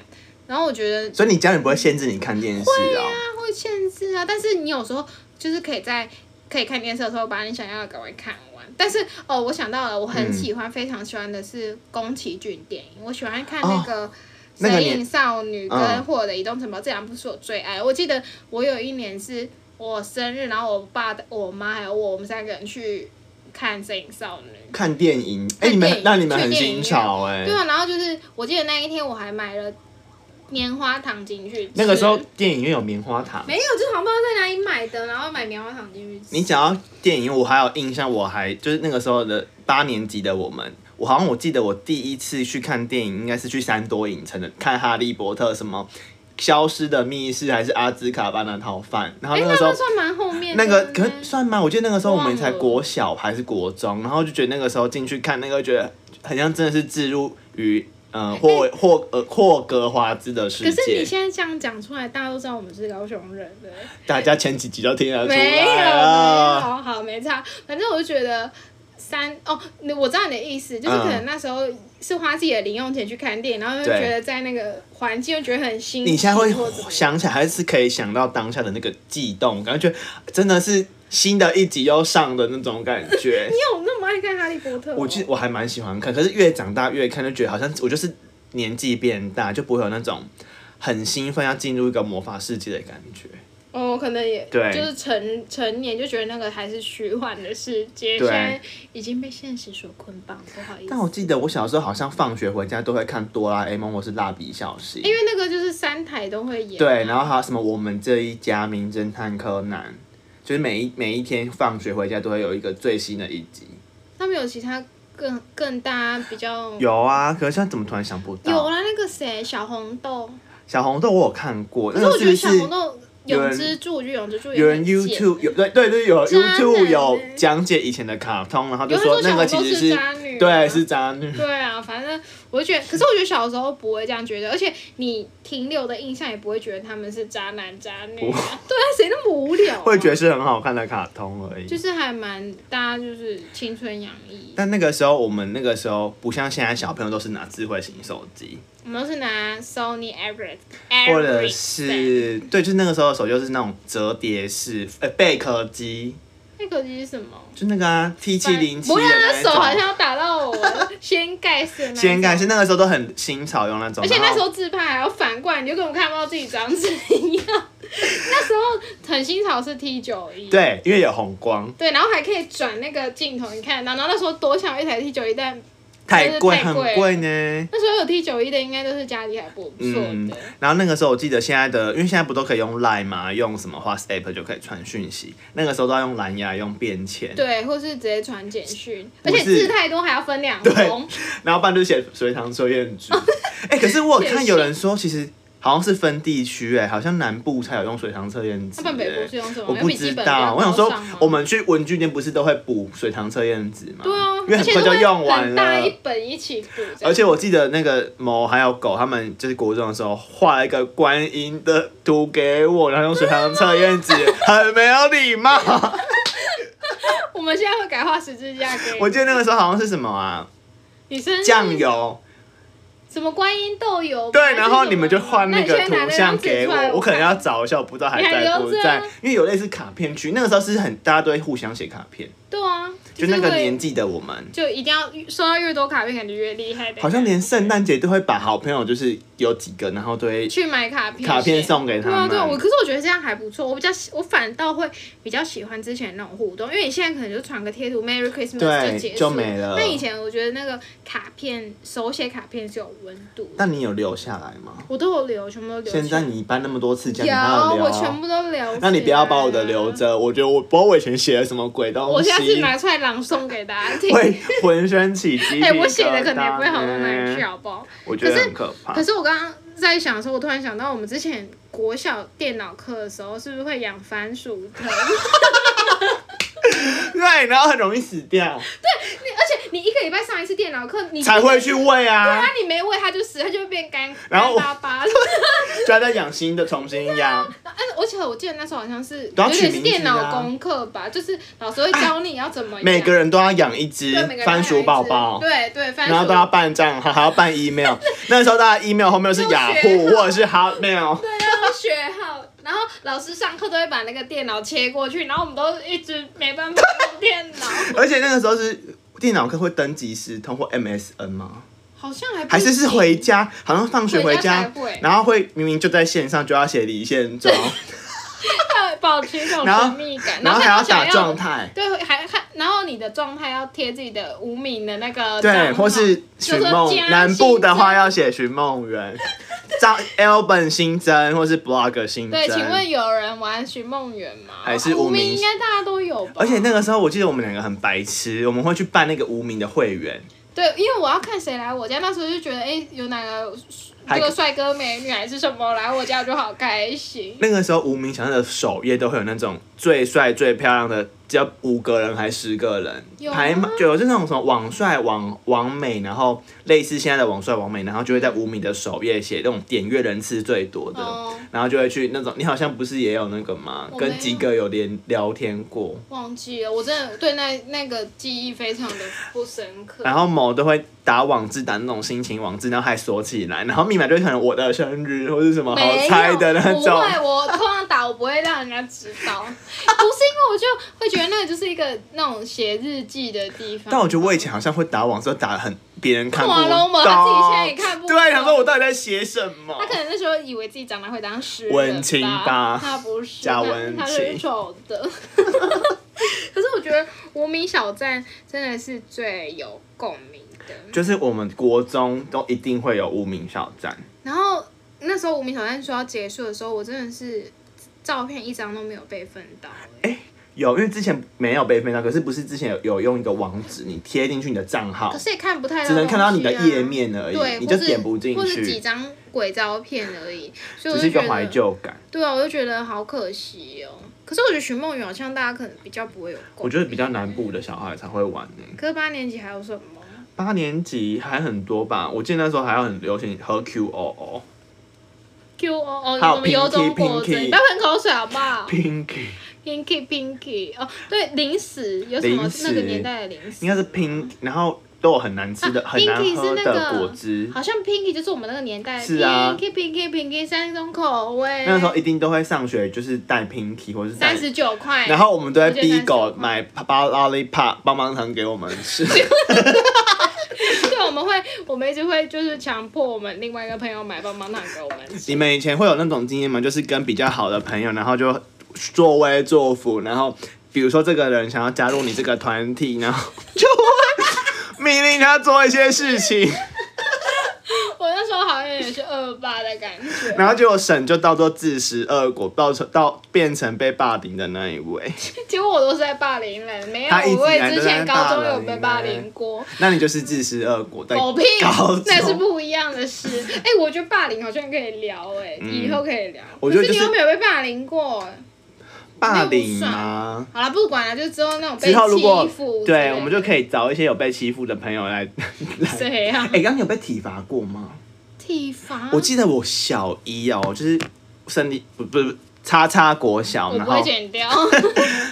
[SPEAKER 2] 然后我觉得
[SPEAKER 1] 所以你家人不会限制你看电视哦。
[SPEAKER 2] 他会限制啊，但是你有时候就是可以在可以看电视的时候把你想要的赶快看完。但是哦，我想到了，我很
[SPEAKER 1] 嗯
[SPEAKER 2] 喜欢、非常喜欢的是宫崎骏电影，我喜欢看那个《
[SPEAKER 1] 哦那个
[SPEAKER 2] 神
[SPEAKER 1] 年
[SPEAKER 2] 隐少女》跟
[SPEAKER 1] 嗯
[SPEAKER 2] 《霍尔的移动城堡》，这两部是我最爱。我记得我有一年是我生日，然后我爸、我妈还有我，我们三个人去看《神隐少女》。
[SPEAKER 1] 看电影，哎、
[SPEAKER 2] 看
[SPEAKER 1] 你
[SPEAKER 2] 电
[SPEAKER 1] 们
[SPEAKER 2] 影
[SPEAKER 1] 那你们
[SPEAKER 2] 去
[SPEAKER 1] 很
[SPEAKER 2] 电影
[SPEAKER 1] 新潮哎、
[SPEAKER 2] 对啊，然后就是我记得那一天我还买了棉花糖进去吃，
[SPEAKER 1] 那个时候电影院有棉花糖，
[SPEAKER 2] 没有，就好像不知道在哪里买的，然后买棉花糖进去吃。
[SPEAKER 1] 你讲到电影，我还有印象，我还就是那个时候的八年级的我们，我好像我记得我第一次去看电影，应该是去三多影城的，看《哈利波特》什么《消失的密室》还是《阿兹卡班的逃犯》，然后
[SPEAKER 2] 哎、
[SPEAKER 1] 那
[SPEAKER 2] 那
[SPEAKER 1] 个时候
[SPEAKER 2] 那。算蛮后面的
[SPEAKER 1] 那个可
[SPEAKER 2] 呢
[SPEAKER 1] 算吗？我记得那个时候我们才
[SPEAKER 2] 忘了
[SPEAKER 1] 国小还是国中，然后就觉得那个时候进去看那个，觉得很像真的是置入于呃霍霍呃霍格华兹的世
[SPEAKER 2] 哎可是你
[SPEAKER 1] 界。
[SPEAKER 2] 现在这样讲出来，大家都知道我们是高雄人的。
[SPEAKER 1] 大家前几集都听得出
[SPEAKER 2] 没有，没
[SPEAKER 1] 来啊
[SPEAKER 2] 有，
[SPEAKER 1] 了，
[SPEAKER 2] 好好没差。反正我就觉得三哦，你我知道你的意思，就是可能那时候是花自己的零用钱去看电影，然后就
[SPEAKER 1] 对
[SPEAKER 2] 觉得在那个环境又觉得很新奇。
[SPEAKER 1] 你现在会
[SPEAKER 2] 或怎么样
[SPEAKER 1] 想起来，还是可以想到当下的那个悸动，感觉真的是新的一集又上的那种感觉
[SPEAKER 2] 你。有那么爱看《哈利波特、哦？
[SPEAKER 1] 我记我还蛮喜欢看，可是越长大越看就觉得好像我就是年纪变大，就不会有那种很兴奋要进入一个魔法世界的感觉。
[SPEAKER 2] 哦，可能也
[SPEAKER 1] 对
[SPEAKER 2] 就是成成年就觉得那个还是虚幻的世界，
[SPEAKER 1] 对
[SPEAKER 2] 现在已经被现实所捆绑，不好意思。
[SPEAKER 1] 但我记得我小时候好像放学回家都会看哆啦 A 梦或是蜡笔小新，
[SPEAKER 2] 因为那个就是三台都会演啊、
[SPEAKER 1] 对，然后还有什么我们这一家名侦探柯南，就是每一每一天放学回家都会有一个最新的一集。
[SPEAKER 2] 他们有其他更更大比较
[SPEAKER 1] 有啊，可是现在怎么突然想不到？
[SPEAKER 2] 有啊啦，那个谁小红豆，
[SPEAKER 1] 小红豆我有看过，
[SPEAKER 2] 可
[SPEAKER 1] 那
[SPEAKER 2] 是我
[SPEAKER 1] 个
[SPEAKER 2] 觉
[SPEAKER 1] 是不
[SPEAKER 2] 得小
[SPEAKER 1] 是
[SPEAKER 2] 红豆
[SPEAKER 1] 有人
[SPEAKER 2] 永之助，我觉得永之助
[SPEAKER 1] 有
[SPEAKER 2] 点
[SPEAKER 1] 人
[SPEAKER 2] 贱
[SPEAKER 1] YouTube 有对对对有
[SPEAKER 2] 渣男欸
[SPEAKER 1] YouTube 有讲解以前的卡通，然后就
[SPEAKER 2] 有人说
[SPEAKER 1] 那个其
[SPEAKER 2] 小红
[SPEAKER 1] 实
[SPEAKER 2] 豆
[SPEAKER 1] 是
[SPEAKER 2] 渣女啊，
[SPEAKER 1] 对是渣女，
[SPEAKER 2] 对啊，反正我就觉得，可是我觉得小时候不会这样觉得，而且你停留的印象也不会觉得他们是渣男渣女、啊，对啊，谁那么无聊、啊？
[SPEAKER 1] 会觉得是很好看的卡通而已。
[SPEAKER 2] 就是还蛮大家就是青春洋溢，
[SPEAKER 1] 但那个时候我们那个时候不像现在小朋友都是拿智慧型手机，
[SPEAKER 2] 我们都是拿 Sony Eric，
[SPEAKER 1] 或者是对，就是那个时候的手机就是那种折叠式呃贝壳机，
[SPEAKER 2] 那个机是什么？
[SPEAKER 1] 就那个啊 T 七零七
[SPEAKER 2] 不
[SPEAKER 1] 的
[SPEAKER 2] 要，他
[SPEAKER 1] 那一
[SPEAKER 2] 手
[SPEAKER 1] 种。
[SPEAKER 2] 好像要打到我掀盖式的那一种，
[SPEAKER 1] 掀盖是那个时候都很新潮，用那种。
[SPEAKER 2] 而且那时
[SPEAKER 1] 然后
[SPEAKER 2] 候自拍还要反过来，你就根本看不到自己长怎样。那时候很新潮是 T 九一，
[SPEAKER 1] 对，因为有红光，
[SPEAKER 2] 对，然后还可以转那个镜头，你看得到。然后那时候多想要一台 T 九一，但
[SPEAKER 1] 太贵，
[SPEAKER 2] 真的太
[SPEAKER 1] 很
[SPEAKER 2] 贵了
[SPEAKER 1] 贵呢。
[SPEAKER 2] 那时候有 T 九一的应该都是家里还不错
[SPEAKER 1] 嗯
[SPEAKER 2] 的。，
[SPEAKER 1] 然后那个时候我记得现在的，因为现在不都可以用 Line 嘛，用什么 WhatsApp 就可以传讯息。那个时候都要用蓝牙，用便签，
[SPEAKER 2] 对，或是直接传简讯，而
[SPEAKER 1] 不
[SPEAKER 2] 且
[SPEAKER 1] 是
[SPEAKER 2] 字太多还要分两
[SPEAKER 1] 对
[SPEAKER 2] 封，
[SPEAKER 1] 然后不然就写随堂测验 纸。哎、可是我有看有人说，其实好像是分地区，哎，好像南部才有用随堂测验纸、
[SPEAKER 2] 他们北部
[SPEAKER 1] 哎
[SPEAKER 2] 是用什么？
[SPEAKER 1] 我
[SPEAKER 2] 用
[SPEAKER 1] 不
[SPEAKER 2] 啊笔记
[SPEAKER 1] 知
[SPEAKER 2] 本比较
[SPEAKER 1] 道，我想说
[SPEAKER 2] 高尚吗，
[SPEAKER 1] 我们去文具店不是都会补随堂测验纸吗？
[SPEAKER 2] 啊对啊，
[SPEAKER 1] 因为很快
[SPEAKER 2] 而且
[SPEAKER 1] 就
[SPEAKER 2] 都会
[SPEAKER 1] 用完
[SPEAKER 2] 很
[SPEAKER 1] 了。
[SPEAKER 2] 大一本一起补这样，
[SPEAKER 1] 而且我记得那个某还有狗，他们就是国中的时候画了一个观音的图给我，然后用水塘测验纸，很没有礼 貌。
[SPEAKER 2] 我们现在会改画十字架给
[SPEAKER 1] 我记得那个时候好像是什么啊，
[SPEAKER 2] 女生
[SPEAKER 1] 酱油，
[SPEAKER 2] 什么观音豆油吧，
[SPEAKER 1] 对，然后你们就画
[SPEAKER 2] 那
[SPEAKER 1] 那
[SPEAKER 2] 你
[SPEAKER 1] 个
[SPEAKER 2] 现在拿
[SPEAKER 1] 图
[SPEAKER 2] 那
[SPEAKER 1] 像
[SPEAKER 2] 张纸
[SPEAKER 1] 给
[SPEAKER 2] 出来
[SPEAKER 1] 我，我可能要找一下，我不知道还
[SPEAKER 2] 你还
[SPEAKER 1] 在不
[SPEAKER 2] 留着
[SPEAKER 1] 在
[SPEAKER 2] 啊，
[SPEAKER 1] 因为有类似卡片区，那个时候是很大家都会互相写卡片，
[SPEAKER 2] 对啊，
[SPEAKER 1] 就那个
[SPEAKER 2] 是会
[SPEAKER 1] 年纪的我们。
[SPEAKER 2] 就一定要收到越多卡片，感觉越厉害的。
[SPEAKER 1] 好像连圣诞节都会把好朋友就是有几个，然后都会
[SPEAKER 2] 去买卡片，
[SPEAKER 1] 卡片送给他
[SPEAKER 2] 对啊，
[SPEAKER 1] 们。
[SPEAKER 2] 对啊，我可是我觉得这样还不错，我比较喜，我反倒会比较喜欢之前那种互动，因为你现在可能就传个贴图 Merry Christmas
[SPEAKER 1] 对
[SPEAKER 2] 结束，
[SPEAKER 1] 就没了
[SPEAKER 2] 但以前我觉得那个卡片手写卡片是有温度的，
[SPEAKER 1] 那你有留下来吗？
[SPEAKER 2] 我都有留，全部都留起来。
[SPEAKER 1] 现在你搬那么多次家，你还
[SPEAKER 2] 有
[SPEAKER 1] 留
[SPEAKER 2] 我
[SPEAKER 1] 啊
[SPEAKER 2] 全部都留起来，啊
[SPEAKER 1] 那你不要把我的留着，我觉得我不知道我以前写了什么鬼东西，
[SPEAKER 2] 我下次拿出来朗诵给大家 听。
[SPEAKER 1] 会浑身起鸡皮疙瘩。
[SPEAKER 2] 哎、我写的可能也不会好到哪里去，，好不好？
[SPEAKER 1] 我觉得很可怕。
[SPEAKER 2] 可是我刚刚在想的时候，我突然想到，我们之前国小电脑课的时候，是不是会养番薯 藤？
[SPEAKER 1] 对，然后很容易死掉，
[SPEAKER 2] 而且你一个礼拜上一次电脑课，你
[SPEAKER 1] 才会去喂啊，
[SPEAKER 2] 那你没喂它就死，它就会变干
[SPEAKER 1] 然后
[SPEAKER 2] 干
[SPEAKER 1] 我
[SPEAKER 2] 巴巴的。
[SPEAKER 1] 就要再养新的，重新养。
[SPEAKER 2] 哎，而且我记得那时候好像是
[SPEAKER 1] 都要
[SPEAKER 2] 有
[SPEAKER 1] 取
[SPEAKER 2] 点
[SPEAKER 1] 名
[SPEAKER 2] 是
[SPEAKER 1] 字啊
[SPEAKER 2] 电脑功课吧，就是老师会教你要怎么养
[SPEAKER 1] 每个人都要养一只
[SPEAKER 2] 对每个人
[SPEAKER 1] 番薯宝宝，
[SPEAKER 2] 对对番薯，
[SPEAKER 1] 然后都要办账号，还要办 email。那时候大家 email 后面是
[SPEAKER 2] 就
[SPEAKER 1] 雅
[SPEAKER 2] 学
[SPEAKER 1] 虎或者是 Hotmail，
[SPEAKER 2] 对，要学好，然后老师上课都会把那个电脑切过去，然后我们都一直没办法用电脑，
[SPEAKER 1] 而且那个时候是电脑课会登即时通或 MSN 吗？
[SPEAKER 2] 好像还不
[SPEAKER 1] 还是是
[SPEAKER 2] 行
[SPEAKER 1] 回家，好像放学回
[SPEAKER 2] 回
[SPEAKER 1] 家
[SPEAKER 2] 家才会，
[SPEAKER 1] 然后会明明就在线上，就要写离线 中，
[SPEAKER 2] 要保持一种
[SPEAKER 1] 然后
[SPEAKER 2] 神秘感，
[SPEAKER 1] 然后还
[SPEAKER 2] 要
[SPEAKER 1] 要打
[SPEAKER 2] 想
[SPEAKER 1] 状态，
[SPEAKER 2] 对，还还，然后你的状态要贴自己的无名的那个账
[SPEAKER 1] 对，
[SPEAKER 2] 号
[SPEAKER 1] 或是寻梦
[SPEAKER 2] 就说加，
[SPEAKER 1] 南部的话
[SPEAKER 2] 新
[SPEAKER 1] 要写寻梦园，照 L 本新增或是 blog 新
[SPEAKER 2] 对，请
[SPEAKER 1] 增。
[SPEAKER 2] 问有人玩寻梦园吗？
[SPEAKER 1] 还是无
[SPEAKER 2] 无
[SPEAKER 1] 名
[SPEAKER 2] 名？应该大家都有吧。
[SPEAKER 1] 而且那个时候，我记得我们两个很白痴，我们会去办那个无名的会员，
[SPEAKER 2] 对，因为我要看谁来我家，那时候就觉得，哎，有哪个
[SPEAKER 1] 还
[SPEAKER 2] 这个帅哥美女还是什么来我家，我就好开心。
[SPEAKER 1] 那个时候无名小站的首页都会有那种最帅最漂亮的，只要五个人还十个人
[SPEAKER 2] 有啊
[SPEAKER 1] 排
[SPEAKER 2] 吗
[SPEAKER 1] 就有就那种什么网帅网网美，然后类似现在的网帅网美，然后就会在无名的首页写那种点阅人次最多的，
[SPEAKER 2] 哦，
[SPEAKER 1] 然后就会去那种你好像不是也有那个吗？
[SPEAKER 2] 我没有
[SPEAKER 1] 跟几个有连聊天过，
[SPEAKER 2] 忘记了，我真的对那那个记忆非常的不深刻。
[SPEAKER 1] 然后某都会打网志打那种心情网志，然后还锁起来，然后密码就可能我的生日或是什么好
[SPEAKER 2] 没有，
[SPEAKER 1] 猜的那
[SPEAKER 2] 不
[SPEAKER 1] 种。
[SPEAKER 2] 会，我通常打我不会让人家知道， 不是因为我就会觉得那个就是一个那种写日记的地方。
[SPEAKER 1] 但我觉得我以前好像会打网，之后打得很别人看不
[SPEAKER 2] 哇
[SPEAKER 1] 懂，
[SPEAKER 2] 龙某他自己现在也看不懂
[SPEAKER 1] 对，想说我到底在写什么
[SPEAKER 2] 他？可能那时候以为自己长大会当诗人
[SPEAKER 1] 文青吧
[SPEAKER 2] 吧，他不是，
[SPEAKER 1] 假
[SPEAKER 2] 他
[SPEAKER 1] 文
[SPEAKER 2] 他
[SPEAKER 1] 青
[SPEAKER 2] 是丑的。 可是我觉得无名小站真的是最有共鸣的。
[SPEAKER 1] 就是我们国中都一定会有无名小站，
[SPEAKER 2] 然后那时候无名小站说要结束的时候，我真的是照片一张都没有被分到、欸
[SPEAKER 1] 哎有，因为之前没有被分享，可是不是之前有有用一个网址，你贴进去你的账号
[SPEAKER 2] 可，是也看不太到、啊
[SPEAKER 1] 只能看到你的页。面而
[SPEAKER 2] 对，
[SPEAKER 1] 已，你就
[SPEAKER 2] 或是
[SPEAKER 1] 点不进
[SPEAKER 2] 或是几
[SPEAKER 1] 去，
[SPEAKER 2] 张鬼照片而已，
[SPEAKER 1] 只
[SPEAKER 2] 所以我
[SPEAKER 1] 是
[SPEAKER 2] 就
[SPEAKER 1] 一个
[SPEAKER 2] 觉
[SPEAKER 1] 怀
[SPEAKER 2] 得，
[SPEAKER 1] 旧感。
[SPEAKER 2] 对啊，我就觉得好可惜哦。可是我觉得寻梦园好像大家可能比较不会有共
[SPEAKER 1] 我觉得比较南部的小孩才会玩呢、
[SPEAKER 2] 可是八年级还有什么？
[SPEAKER 1] 八年级还很多吧，我记得那时候还有很流行和 QOO、
[SPEAKER 2] Q O O，
[SPEAKER 1] 还有
[SPEAKER 2] 我们有
[SPEAKER 1] Pinky，
[SPEAKER 2] 种果子，
[SPEAKER 1] Pinky
[SPEAKER 2] 你不要喷口水好不好
[SPEAKER 1] Pinky，
[SPEAKER 2] ？Pinky Pinky，哦，对，零食有什么
[SPEAKER 1] 零食
[SPEAKER 2] 那个年代的零食？
[SPEAKER 1] 应该是 Pink，然后都有很难吃的、
[SPEAKER 2] 啊
[SPEAKER 1] 很难
[SPEAKER 2] Pinky
[SPEAKER 1] 喝
[SPEAKER 2] 是那
[SPEAKER 1] 的
[SPEAKER 2] 个
[SPEAKER 1] 果汁。
[SPEAKER 2] 好像 Pinky 就是我们那个年代的
[SPEAKER 1] 是啊
[SPEAKER 2] Pinky Pinky Pinky 三种口味，
[SPEAKER 1] 那时候一定都会上学，就是带 Pinky 或是带
[SPEAKER 2] 三，十九块，
[SPEAKER 1] 然后我们都会
[SPEAKER 2] 我觉得
[SPEAKER 1] 逼狗
[SPEAKER 2] 39块
[SPEAKER 1] 买包 lollipop 棒棒糖给我们吃。
[SPEAKER 2] 对，我们会，我们一直会就是强迫我们另外一个朋友买棒棒糖给我们吃。
[SPEAKER 1] 你们以前会有那种经验吗？就是跟比较好的朋友，然后就作威作福，然后比如说这个人想要加入你这个团体，然 后就会命令他做一些事情，
[SPEAKER 2] 我那时候好像也是二八的感觉，
[SPEAKER 1] 然后结果沈就到做自食恶果，到成到变成被霸凌的那一位。
[SPEAKER 2] 结果我都是在霸凌人，没有
[SPEAKER 1] 他一直，以来
[SPEAKER 2] 我也之
[SPEAKER 1] 都在
[SPEAKER 2] 前
[SPEAKER 1] 霸
[SPEAKER 2] 高
[SPEAKER 1] 凌
[SPEAKER 2] 中有被霸凌过。
[SPEAKER 1] 那你就是自食恶果，对，
[SPEAKER 2] 狗屁
[SPEAKER 1] 高中，
[SPEAKER 2] 那是不一样的事。哎、我觉得霸凌好像可以聊、哎、以后可以聊。
[SPEAKER 1] 嗯我觉得
[SPEAKER 2] 可
[SPEAKER 1] 就
[SPEAKER 2] 是你
[SPEAKER 1] 是
[SPEAKER 2] 又没有被霸凌过。
[SPEAKER 1] 霸凌吗？
[SPEAKER 2] 好了，不管了，就之后那种被
[SPEAKER 1] 之后如果
[SPEAKER 2] 欺负之类的，
[SPEAKER 1] 对，我啊们就可以找一些有被欺负的朋友 来来。
[SPEAKER 2] 这样
[SPEAKER 1] 哎，刚刚你有被体罚过吗？
[SPEAKER 2] 体罚。
[SPEAKER 1] 我记得我小一哦，就是生理不不不叉叉国小，
[SPEAKER 2] 我
[SPEAKER 1] 然
[SPEAKER 2] 不会
[SPEAKER 1] 后
[SPEAKER 2] 剪 掉。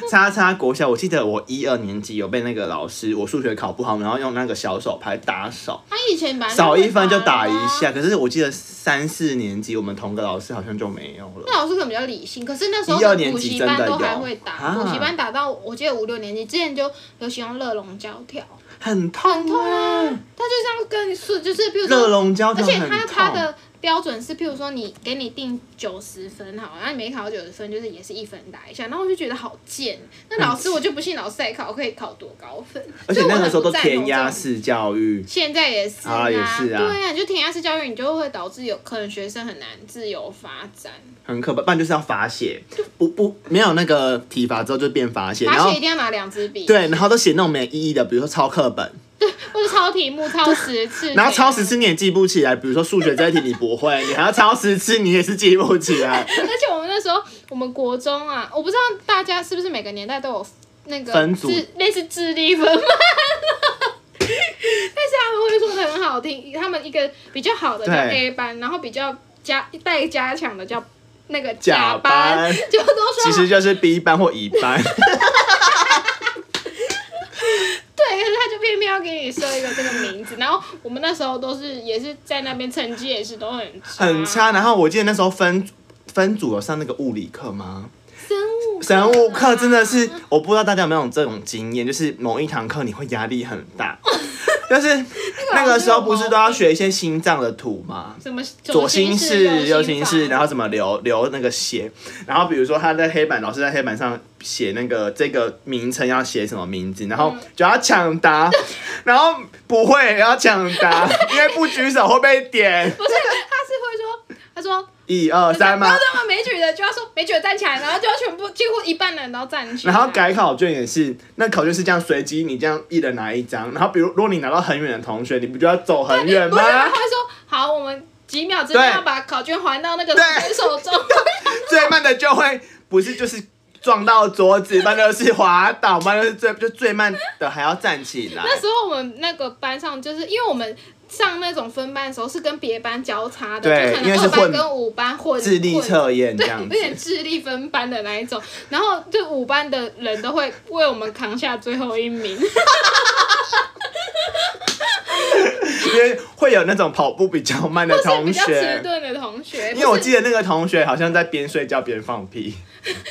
[SPEAKER 1] 叉叉国小，我记得我一二年级有被那个老师，我数学考不好，然后用那个小手牌打手，
[SPEAKER 2] 他以前本来就
[SPEAKER 1] 少一分就
[SPEAKER 2] 啊会
[SPEAKER 1] 打
[SPEAKER 2] 了
[SPEAKER 1] 一
[SPEAKER 2] 啊
[SPEAKER 1] 下。可是我记得三四年级我们同个老师好像就没有了。
[SPEAKER 2] 那老师可能比较理性，可是那时候
[SPEAKER 1] 一二
[SPEAKER 2] 可
[SPEAKER 1] 年
[SPEAKER 2] 能补
[SPEAKER 1] 级
[SPEAKER 2] 习
[SPEAKER 1] 真
[SPEAKER 2] 班
[SPEAKER 1] 的
[SPEAKER 2] 都还
[SPEAKER 1] 有
[SPEAKER 2] 会打，
[SPEAKER 1] 啊
[SPEAKER 2] 补习班打到我记得五六年级之前就流行用热熔胶条，
[SPEAKER 1] 很痛
[SPEAKER 2] 很痛啊
[SPEAKER 1] 啊！
[SPEAKER 2] 它就像跟你说，就是比如
[SPEAKER 1] 热
[SPEAKER 2] 说，
[SPEAKER 1] 熔胶
[SPEAKER 2] 而
[SPEAKER 1] 条
[SPEAKER 2] 且
[SPEAKER 1] 很
[SPEAKER 2] 它它
[SPEAKER 1] 痛。
[SPEAKER 2] 的标准是，譬如说你给你定九十分好，然后你没考到九十分，就是也是一分打一下，然后我就觉得好贱。那老师我就不信老师再考可以考多高分，
[SPEAKER 1] 而且
[SPEAKER 2] 所以我
[SPEAKER 1] 那个
[SPEAKER 2] 很
[SPEAKER 1] 时候
[SPEAKER 2] 不
[SPEAKER 1] 都
[SPEAKER 2] 赞
[SPEAKER 1] 填
[SPEAKER 2] 同这
[SPEAKER 1] 鸭
[SPEAKER 2] 种
[SPEAKER 1] 式教育，
[SPEAKER 2] 现在也是
[SPEAKER 1] 啊也是啊
[SPEAKER 2] 对啊，你就填鸭式教育，你就会导致有可能学生很难自由发展，
[SPEAKER 1] 很可怕。不然就是要罚写，不不没有那个体罚之后就变罚写，然
[SPEAKER 2] 而
[SPEAKER 1] 后
[SPEAKER 2] 且一定要拿两支笔，
[SPEAKER 1] 对，然后都写那种没有意义的，比如说抄课本，
[SPEAKER 2] 或者抄题目抄十次，
[SPEAKER 1] 然后抄十次你也记不起来，比如说数学这一题你不会，你还要抄十次，你也是记不起来。
[SPEAKER 2] 而且我们那时候，我们国中啊，我不知道大家是不是每个年代都有那个
[SPEAKER 1] 分组
[SPEAKER 2] 智类似智力分班了， 但是他们会说的很好听，他们一个比较好的叫
[SPEAKER 1] 对
[SPEAKER 2] A 班，然后比较加带加强的叫那个
[SPEAKER 1] 甲
[SPEAKER 2] 班
[SPEAKER 1] 班，
[SPEAKER 2] 就都说
[SPEAKER 1] 其实就是 B 班或乙班，
[SPEAKER 2] 对，可是他就偏偏要给你设一个这个名字，然后我们那时候都是也是在那边成绩也是都很差
[SPEAKER 1] 很，差。然后我记得那时候分分组有上那个物理课吗？
[SPEAKER 2] 生物
[SPEAKER 1] 生物课真的是，我不知道大家有没有这种经验，就是某一堂课你会压力很 大，就是那个时候不是都要学一些心脏的图吗？
[SPEAKER 2] 什么
[SPEAKER 1] 左心室、右心
[SPEAKER 2] 心
[SPEAKER 1] 室，
[SPEAKER 2] 房
[SPEAKER 1] 然后怎么流流那个血，然后比如说他在黑板，老师在黑板上写那个这个名称要写什么名字，然后就要抢 答，然后不会也要抢答，因为不举手会被 点。
[SPEAKER 2] 不是，他是会说，他说
[SPEAKER 1] 一二哦三
[SPEAKER 2] 然
[SPEAKER 1] 吗
[SPEAKER 2] 后？他们没举的就要说没举的站起来，然后就要全部几乎一半的人都站起来，
[SPEAKER 1] 然后改考卷也是，那考卷是这样随机，你这样一人拿一张，然后比如如果你拿到很远的同学，你不就要走很远
[SPEAKER 2] 不
[SPEAKER 1] 吗
[SPEAKER 2] 是？他会说好，我们几秒之内
[SPEAKER 1] 对
[SPEAKER 2] 要把考卷还到那个
[SPEAKER 1] 对
[SPEAKER 2] 人手中，
[SPEAKER 1] 最慢的就会不是就是撞到桌子，不然就是滑倒，不然就是最就最慢的还要站起来。
[SPEAKER 2] 那时候我们那个班上就是因为我们。上那种分班的时候是跟别班交叉的，
[SPEAKER 1] 对
[SPEAKER 2] 就可
[SPEAKER 1] 因为
[SPEAKER 2] 能
[SPEAKER 1] 是
[SPEAKER 2] 二班
[SPEAKER 1] 混
[SPEAKER 2] 跟五班混
[SPEAKER 1] 智力
[SPEAKER 2] 混
[SPEAKER 1] 测验这
[SPEAKER 2] 对，
[SPEAKER 1] 样
[SPEAKER 2] 有
[SPEAKER 1] 子。
[SPEAKER 2] 点智力分班的那一种，然后就五班的人都会为我们扛下最后一名，
[SPEAKER 1] 因为会有那种跑步比较慢的
[SPEAKER 2] 是
[SPEAKER 1] 同
[SPEAKER 2] 比较迟
[SPEAKER 1] 学。
[SPEAKER 2] 钝的同学。
[SPEAKER 1] 因为我
[SPEAKER 2] 不是
[SPEAKER 1] 记得那个同学好像在边睡觉边放屁，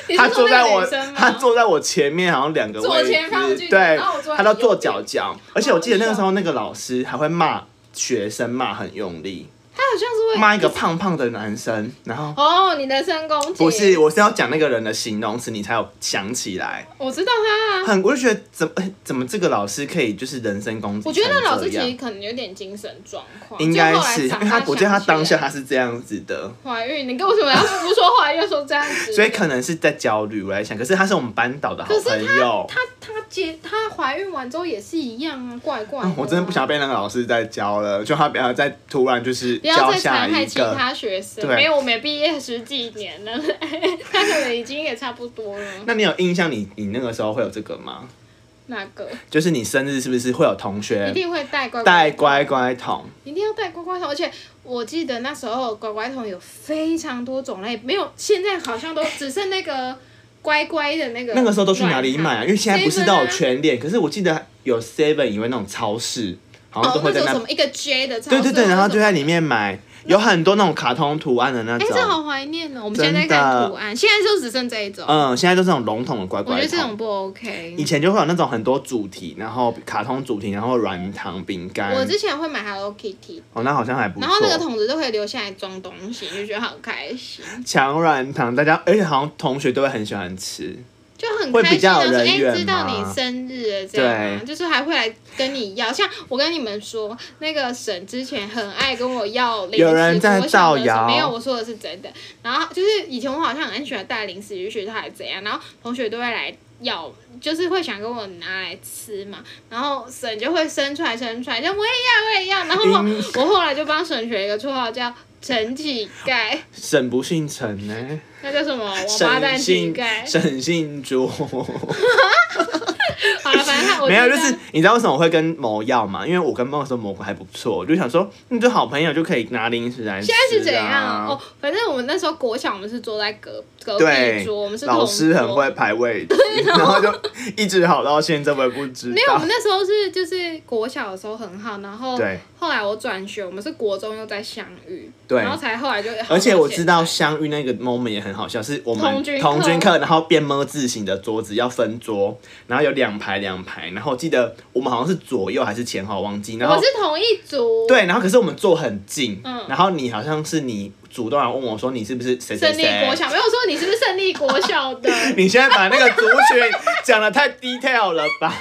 [SPEAKER 2] 你是
[SPEAKER 1] 他
[SPEAKER 2] 说
[SPEAKER 1] 坐
[SPEAKER 2] 那
[SPEAKER 1] 在
[SPEAKER 2] 个
[SPEAKER 1] 我
[SPEAKER 2] 女生吗
[SPEAKER 1] 他坐在我前面，好像两个
[SPEAKER 2] 左
[SPEAKER 1] 位
[SPEAKER 2] 前方距
[SPEAKER 1] 置，
[SPEAKER 2] 离
[SPEAKER 1] 对
[SPEAKER 2] 然后我坐在，
[SPEAKER 1] 他都
[SPEAKER 2] 你右
[SPEAKER 1] 坐
[SPEAKER 2] 边哦
[SPEAKER 1] 角角，而且我记得那个时候那个老师还会骂学生骂很用力，
[SPEAKER 2] 他好像是会
[SPEAKER 1] 骂一个胖胖的男生，然后
[SPEAKER 2] 哦，你的身攻击
[SPEAKER 1] 不是，，我是要讲那个人的形容词，你才有想起来。
[SPEAKER 2] 我知道他啊。
[SPEAKER 1] 很，我就觉得怎么哎怎么这个老师可以就是人身攻击
[SPEAKER 2] 我
[SPEAKER 1] 成这
[SPEAKER 2] 觉
[SPEAKER 1] 样？
[SPEAKER 2] 得那老师其实可能有点精神状况，
[SPEAKER 1] 应该
[SPEAKER 2] 就后来
[SPEAKER 1] 是，因
[SPEAKER 2] 长
[SPEAKER 1] 为
[SPEAKER 2] 大
[SPEAKER 1] 他我记得他
[SPEAKER 2] 想
[SPEAKER 1] 当
[SPEAKER 2] 起
[SPEAKER 1] 下
[SPEAKER 2] 来
[SPEAKER 1] 他是这样子的，
[SPEAKER 2] 怀孕，你跟我为什么要不说怀孕说这样子？
[SPEAKER 1] 所以可能是在焦虑。我在想，可是他是我们班导的好
[SPEAKER 2] 可是
[SPEAKER 1] 朋友，
[SPEAKER 2] 她她结她怀孕完之后也是一样啊，怪怪的啊、
[SPEAKER 1] 嗯我真的不想被那个老师再教了，就他不要再突然就是
[SPEAKER 2] 不要
[SPEAKER 1] 教
[SPEAKER 2] 再
[SPEAKER 1] 下
[SPEAKER 2] 残害
[SPEAKER 1] 一
[SPEAKER 2] 其
[SPEAKER 1] 个。
[SPEAKER 2] 他学生。
[SPEAKER 1] 对
[SPEAKER 2] 没有，我们毕业十几年了， 他可能已经也差不多了。
[SPEAKER 1] 那你有印象你你那个时候会有这个吗？
[SPEAKER 2] 那个
[SPEAKER 1] 就是你生日是不是会有同
[SPEAKER 2] 一
[SPEAKER 1] 学
[SPEAKER 2] 定会带乖
[SPEAKER 1] 带乖
[SPEAKER 2] 乖，
[SPEAKER 1] 乖桶？
[SPEAKER 2] 一定要带乖乖桶。而且我记得那时候乖乖桶有非常多种类，没有现在好像都只剩那个乖乖的那个。
[SPEAKER 1] 那个时候都去哪里买啊？因为现在不是都有
[SPEAKER 2] Seven 啊
[SPEAKER 1] 全脸，可是我记得有 Seven 以外那种超市，好像
[SPEAKER 2] 哦
[SPEAKER 1] 都，会在
[SPEAKER 2] 那时候
[SPEAKER 1] 那。
[SPEAKER 2] 什么一哦个 J 的超市，
[SPEAKER 1] 对对对，然后就在里
[SPEAKER 2] 面。
[SPEAKER 1] 面买，有很多那种卡通图案的那
[SPEAKER 2] 哎、
[SPEAKER 1] 种。
[SPEAKER 2] 这好怀念哦！我们现在在
[SPEAKER 1] 真的
[SPEAKER 2] 看图案，现在就只剩这一种。
[SPEAKER 1] 嗯，现在都是那种笼统的乖
[SPEAKER 2] 我觉
[SPEAKER 1] 乖
[SPEAKER 2] 得这种
[SPEAKER 1] 桶。
[SPEAKER 2] 不 OK
[SPEAKER 1] 以。前就会有那种很多主题，然后卡通主题，然后软糖、饼干。
[SPEAKER 2] 我之前会买 Hello Kitty，
[SPEAKER 1] 哦，那好像还不
[SPEAKER 2] 然后那个
[SPEAKER 1] 错。
[SPEAKER 2] 桶子都会留下来装东西，就觉得好开心，
[SPEAKER 1] 抢软糖，大家而且好像同学都会很喜欢吃。
[SPEAKER 2] 就很
[SPEAKER 1] 会
[SPEAKER 2] 开
[SPEAKER 1] 比
[SPEAKER 2] 心。
[SPEAKER 1] 较有
[SPEAKER 2] 然后说哎、
[SPEAKER 1] 人缘
[SPEAKER 2] 知道
[SPEAKER 1] 吗
[SPEAKER 2] 你生日了这样、啊，就是还会来跟你要。像我跟你们说，那个沈之前很爱跟我要零食，
[SPEAKER 1] 有人在
[SPEAKER 2] 我小的时候
[SPEAKER 1] 造谣
[SPEAKER 2] 没有，我说的是真的。然后就是以前我好像很喜欢带零食去学校还是怎样，然后同学都会来要，就是会想跟我拿来吃嘛。然后沈就会生出来生出来，就我也要我也要。然后我,、
[SPEAKER 1] 嗯
[SPEAKER 2] 我 后来就帮沈学一个绰号叫陈乞 丐，
[SPEAKER 1] 沈不姓陈呢、
[SPEAKER 2] 那叫什么王八蛋
[SPEAKER 1] 沈
[SPEAKER 2] 乞
[SPEAKER 1] 姓
[SPEAKER 2] 丐。
[SPEAKER 1] 沈姓朱。
[SPEAKER 2] 好了，反正他我
[SPEAKER 1] 没有，
[SPEAKER 2] 觉
[SPEAKER 1] 就
[SPEAKER 2] 得
[SPEAKER 1] 是你知道为什么我会跟某要嘛？因为我跟某说某还不错，我就想说，你就好朋友就可以拿零食来吃、啊。
[SPEAKER 2] 现在是怎样啊？哦，反正我们那时候国小，我们是坐在隔隔壁
[SPEAKER 1] 对
[SPEAKER 2] 桌，我们是同
[SPEAKER 1] 老师很
[SPEAKER 2] 桌。啊
[SPEAKER 1] 会排位 置，然后就一直好到现在，我也不知
[SPEAKER 2] 没有，
[SPEAKER 1] 道
[SPEAKER 2] 我们。那时候是就是国小的时候很好，然后
[SPEAKER 1] 对
[SPEAKER 2] 后来我转学，我们是国中又再相遇，
[SPEAKER 1] 对
[SPEAKER 2] 然后才后来就好多
[SPEAKER 1] 而且我
[SPEAKER 2] 钱
[SPEAKER 1] 知道相遇那个 moment 也很好笑，是我们
[SPEAKER 2] 同军课
[SPEAKER 1] 同军课，然后变么字形的桌子要分桌，然后有两排两排，然后我记得我们好像是左右还是前后忘记，然
[SPEAKER 2] 我
[SPEAKER 1] 后
[SPEAKER 2] 是同一组，，
[SPEAKER 1] 对，然后可是我们坐很近，
[SPEAKER 2] 嗯
[SPEAKER 1] 然后你好像是你主动来问我说你是不是谁谁
[SPEAKER 2] 胜利
[SPEAKER 1] 谁
[SPEAKER 2] 国，小，没有说你是不是胜利国小的，
[SPEAKER 1] 你现在把那个族群讲的太 detail 了吧？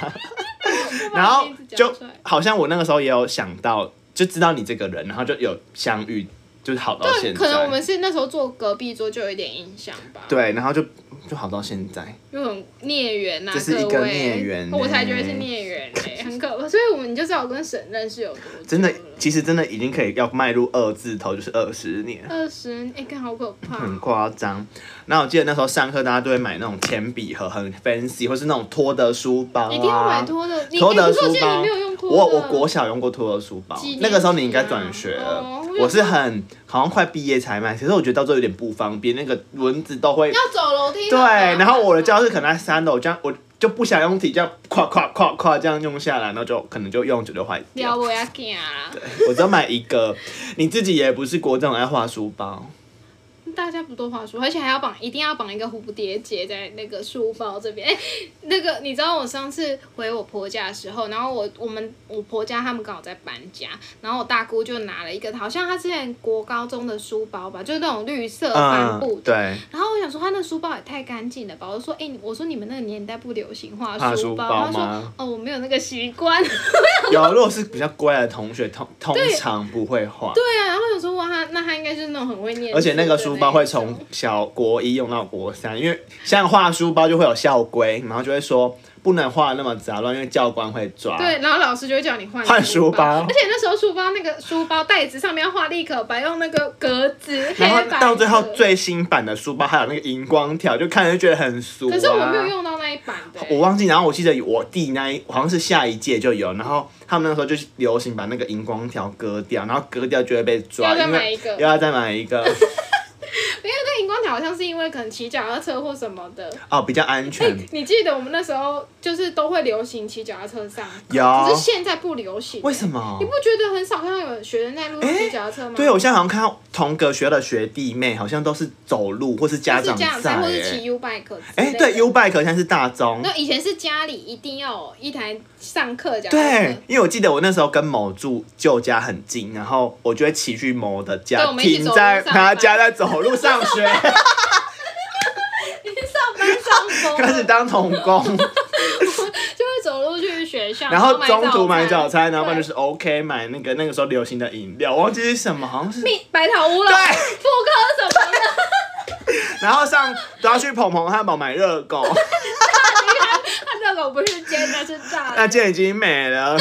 [SPEAKER 1] 然后就好像我那个时候也有想到，就知道你这个人，然后就有相遇，就是好到
[SPEAKER 2] 对，
[SPEAKER 1] 现在。
[SPEAKER 2] 可能我们是那时候坐隔壁桌就有一点印象吧，，
[SPEAKER 1] 对，然后就就好到现在。
[SPEAKER 2] 就很孽缘呐、啊，
[SPEAKER 1] 这是一个
[SPEAKER 2] 各位
[SPEAKER 1] 孽缘欸呢
[SPEAKER 2] 我才觉得是孽缘嘞、很可怕，所以我们你就知道我跟沈认识有多久了
[SPEAKER 1] 真的，其实真的已经可以要迈入二字头，就是二十年，
[SPEAKER 2] 二十，哎，看好可怕。
[SPEAKER 1] 很夸张。那我记得那时候上课，大家都会买那种铅笔盒，很 fancy，或是那种托的书包、啊。
[SPEAKER 2] 一定要买托的，你
[SPEAKER 1] 托
[SPEAKER 2] 哎
[SPEAKER 1] 的
[SPEAKER 2] 可是我
[SPEAKER 1] 书
[SPEAKER 2] 记得
[SPEAKER 1] 包，
[SPEAKER 2] 你没有用托的。
[SPEAKER 1] 我我国小用过托的书包
[SPEAKER 2] 几年，级啊
[SPEAKER 1] 那个时候你应该转学了。
[SPEAKER 2] 哦
[SPEAKER 1] 我是很好像快毕业才买，其实我觉得到最后有点不方便，那个轮子都会
[SPEAKER 2] 要走楼梯。
[SPEAKER 1] 对，然后我的教室可能在三楼，这样我就不想用体这样咵咵咵咵这样用下来，然后就可能就用久就坏掉。
[SPEAKER 2] 要我要行啊！
[SPEAKER 1] 我只要买一个，你自己也不是国中爱画书包，
[SPEAKER 2] 大家不多话说，而且还要绑，一定要绑一个蝴蝶结在那个书包这边。哎、那个你知道我上次回我婆家的时候，然后我我们我婆家他们刚好在搬家，然后我大姑就拿了一个，好像她之前国高中的书包吧，就是那种绿色帆
[SPEAKER 1] 嗯
[SPEAKER 2] 布，的。
[SPEAKER 1] 对，
[SPEAKER 2] 然后我想说，他那书包也太干净了吧？我就说，哎、我说你们那个年代不流行画
[SPEAKER 1] 画
[SPEAKER 2] 书
[SPEAKER 1] 书
[SPEAKER 2] 包，
[SPEAKER 1] 包
[SPEAKER 2] 他说
[SPEAKER 1] 吗，
[SPEAKER 2] 哦，我没有那个习惯。
[SPEAKER 1] 有如果是比较乖的同学，通通常不会画，
[SPEAKER 2] 对啊，然后我想说，哇，他那他应该是那种很会念书的一种，
[SPEAKER 1] 而且那个书包会从小国一用到国三，因为像画书包就会有校规，然后就会说不能画那么杂乱，因为教官会抓。
[SPEAKER 2] 对，然后老师就会叫你换
[SPEAKER 1] 换
[SPEAKER 2] 书
[SPEAKER 1] 书包
[SPEAKER 2] 而且那时候书包那个书包袋子上面要画立可白，用那个格子，
[SPEAKER 1] 然后
[SPEAKER 2] 黑白
[SPEAKER 1] 到最后
[SPEAKER 2] 格
[SPEAKER 1] 最新版的书包还有那个荧光条，就看着就觉得很俗、啊。
[SPEAKER 2] 可是我没有用到那一版的、
[SPEAKER 1] 我
[SPEAKER 2] 欸。
[SPEAKER 1] 忘记，然后我记得我弟那一好像是下一届就有，然后他们那时候就是流行把那个荧光条割掉，然后割掉就会被抓，
[SPEAKER 2] 要再
[SPEAKER 1] 因为
[SPEAKER 2] 买一个
[SPEAKER 1] 又要再买一个，
[SPEAKER 2] 因为那荧光来好像是因为可能骑脚踏车或什么的。
[SPEAKER 1] 哦，比较安
[SPEAKER 2] 哎、
[SPEAKER 1] 全。
[SPEAKER 2] 你记得我们那时候就是都会流行骑脚踏车上课，
[SPEAKER 1] 有
[SPEAKER 2] 可是现在不流行、
[SPEAKER 1] 为什？么
[SPEAKER 2] 你？不啊觉得很少看到有学生在路上骑脚踏车吗？
[SPEAKER 1] 对，我现在好像看到同个学校的学弟妹，好像都是走路或是家
[SPEAKER 2] 是
[SPEAKER 1] 长
[SPEAKER 2] 这样
[SPEAKER 1] 载、
[SPEAKER 2] 才或是骑
[SPEAKER 1] 欸。
[SPEAKER 2] U bike。
[SPEAKER 1] 哎、对，U。bike 现在是大宗。
[SPEAKER 2] 那以前是家里一定要有一台上课脚踏
[SPEAKER 1] 对
[SPEAKER 2] 车，，
[SPEAKER 1] 因为我记得我那时候跟某住旧家很近，然后我就会骑去某的
[SPEAKER 2] 对
[SPEAKER 1] 家
[SPEAKER 2] 我，们一起
[SPEAKER 1] 停
[SPEAKER 2] 走路
[SPEAKER 1] 在
[SPEAKER 2] 上班
[SPEAKER 1] 他家在走路上 学，
[SPEAKER 2] 上班
[SPEAKER 1] 开
[SPEAKER 2] 上
[SPEAKER 1] 始
[SPEAKER 2] 风
[SPEAKER 1] 当童 工，
[SPEAKER 2] 就会走路去学校，
[SPEAKER 1] 然后中途买早
[SPEAKER 2] 早
[SPEAKER 1] 餐，然后不然就是 OK 买那个那个时候流行的饮料，我忘记是什么，好像是
[SPEAKER 2] 对蜜白桃屋了，
[SPEAKER 1] 对
[SPEAKER 2] 妇科什么的，
[SPEAKER 1] 然后上都要去鹏鹏汉堡买热狗，
[SPEAKER 2] 它那个不是煎的，是炸的。
[SPEAKER 1] 那件已经没 了。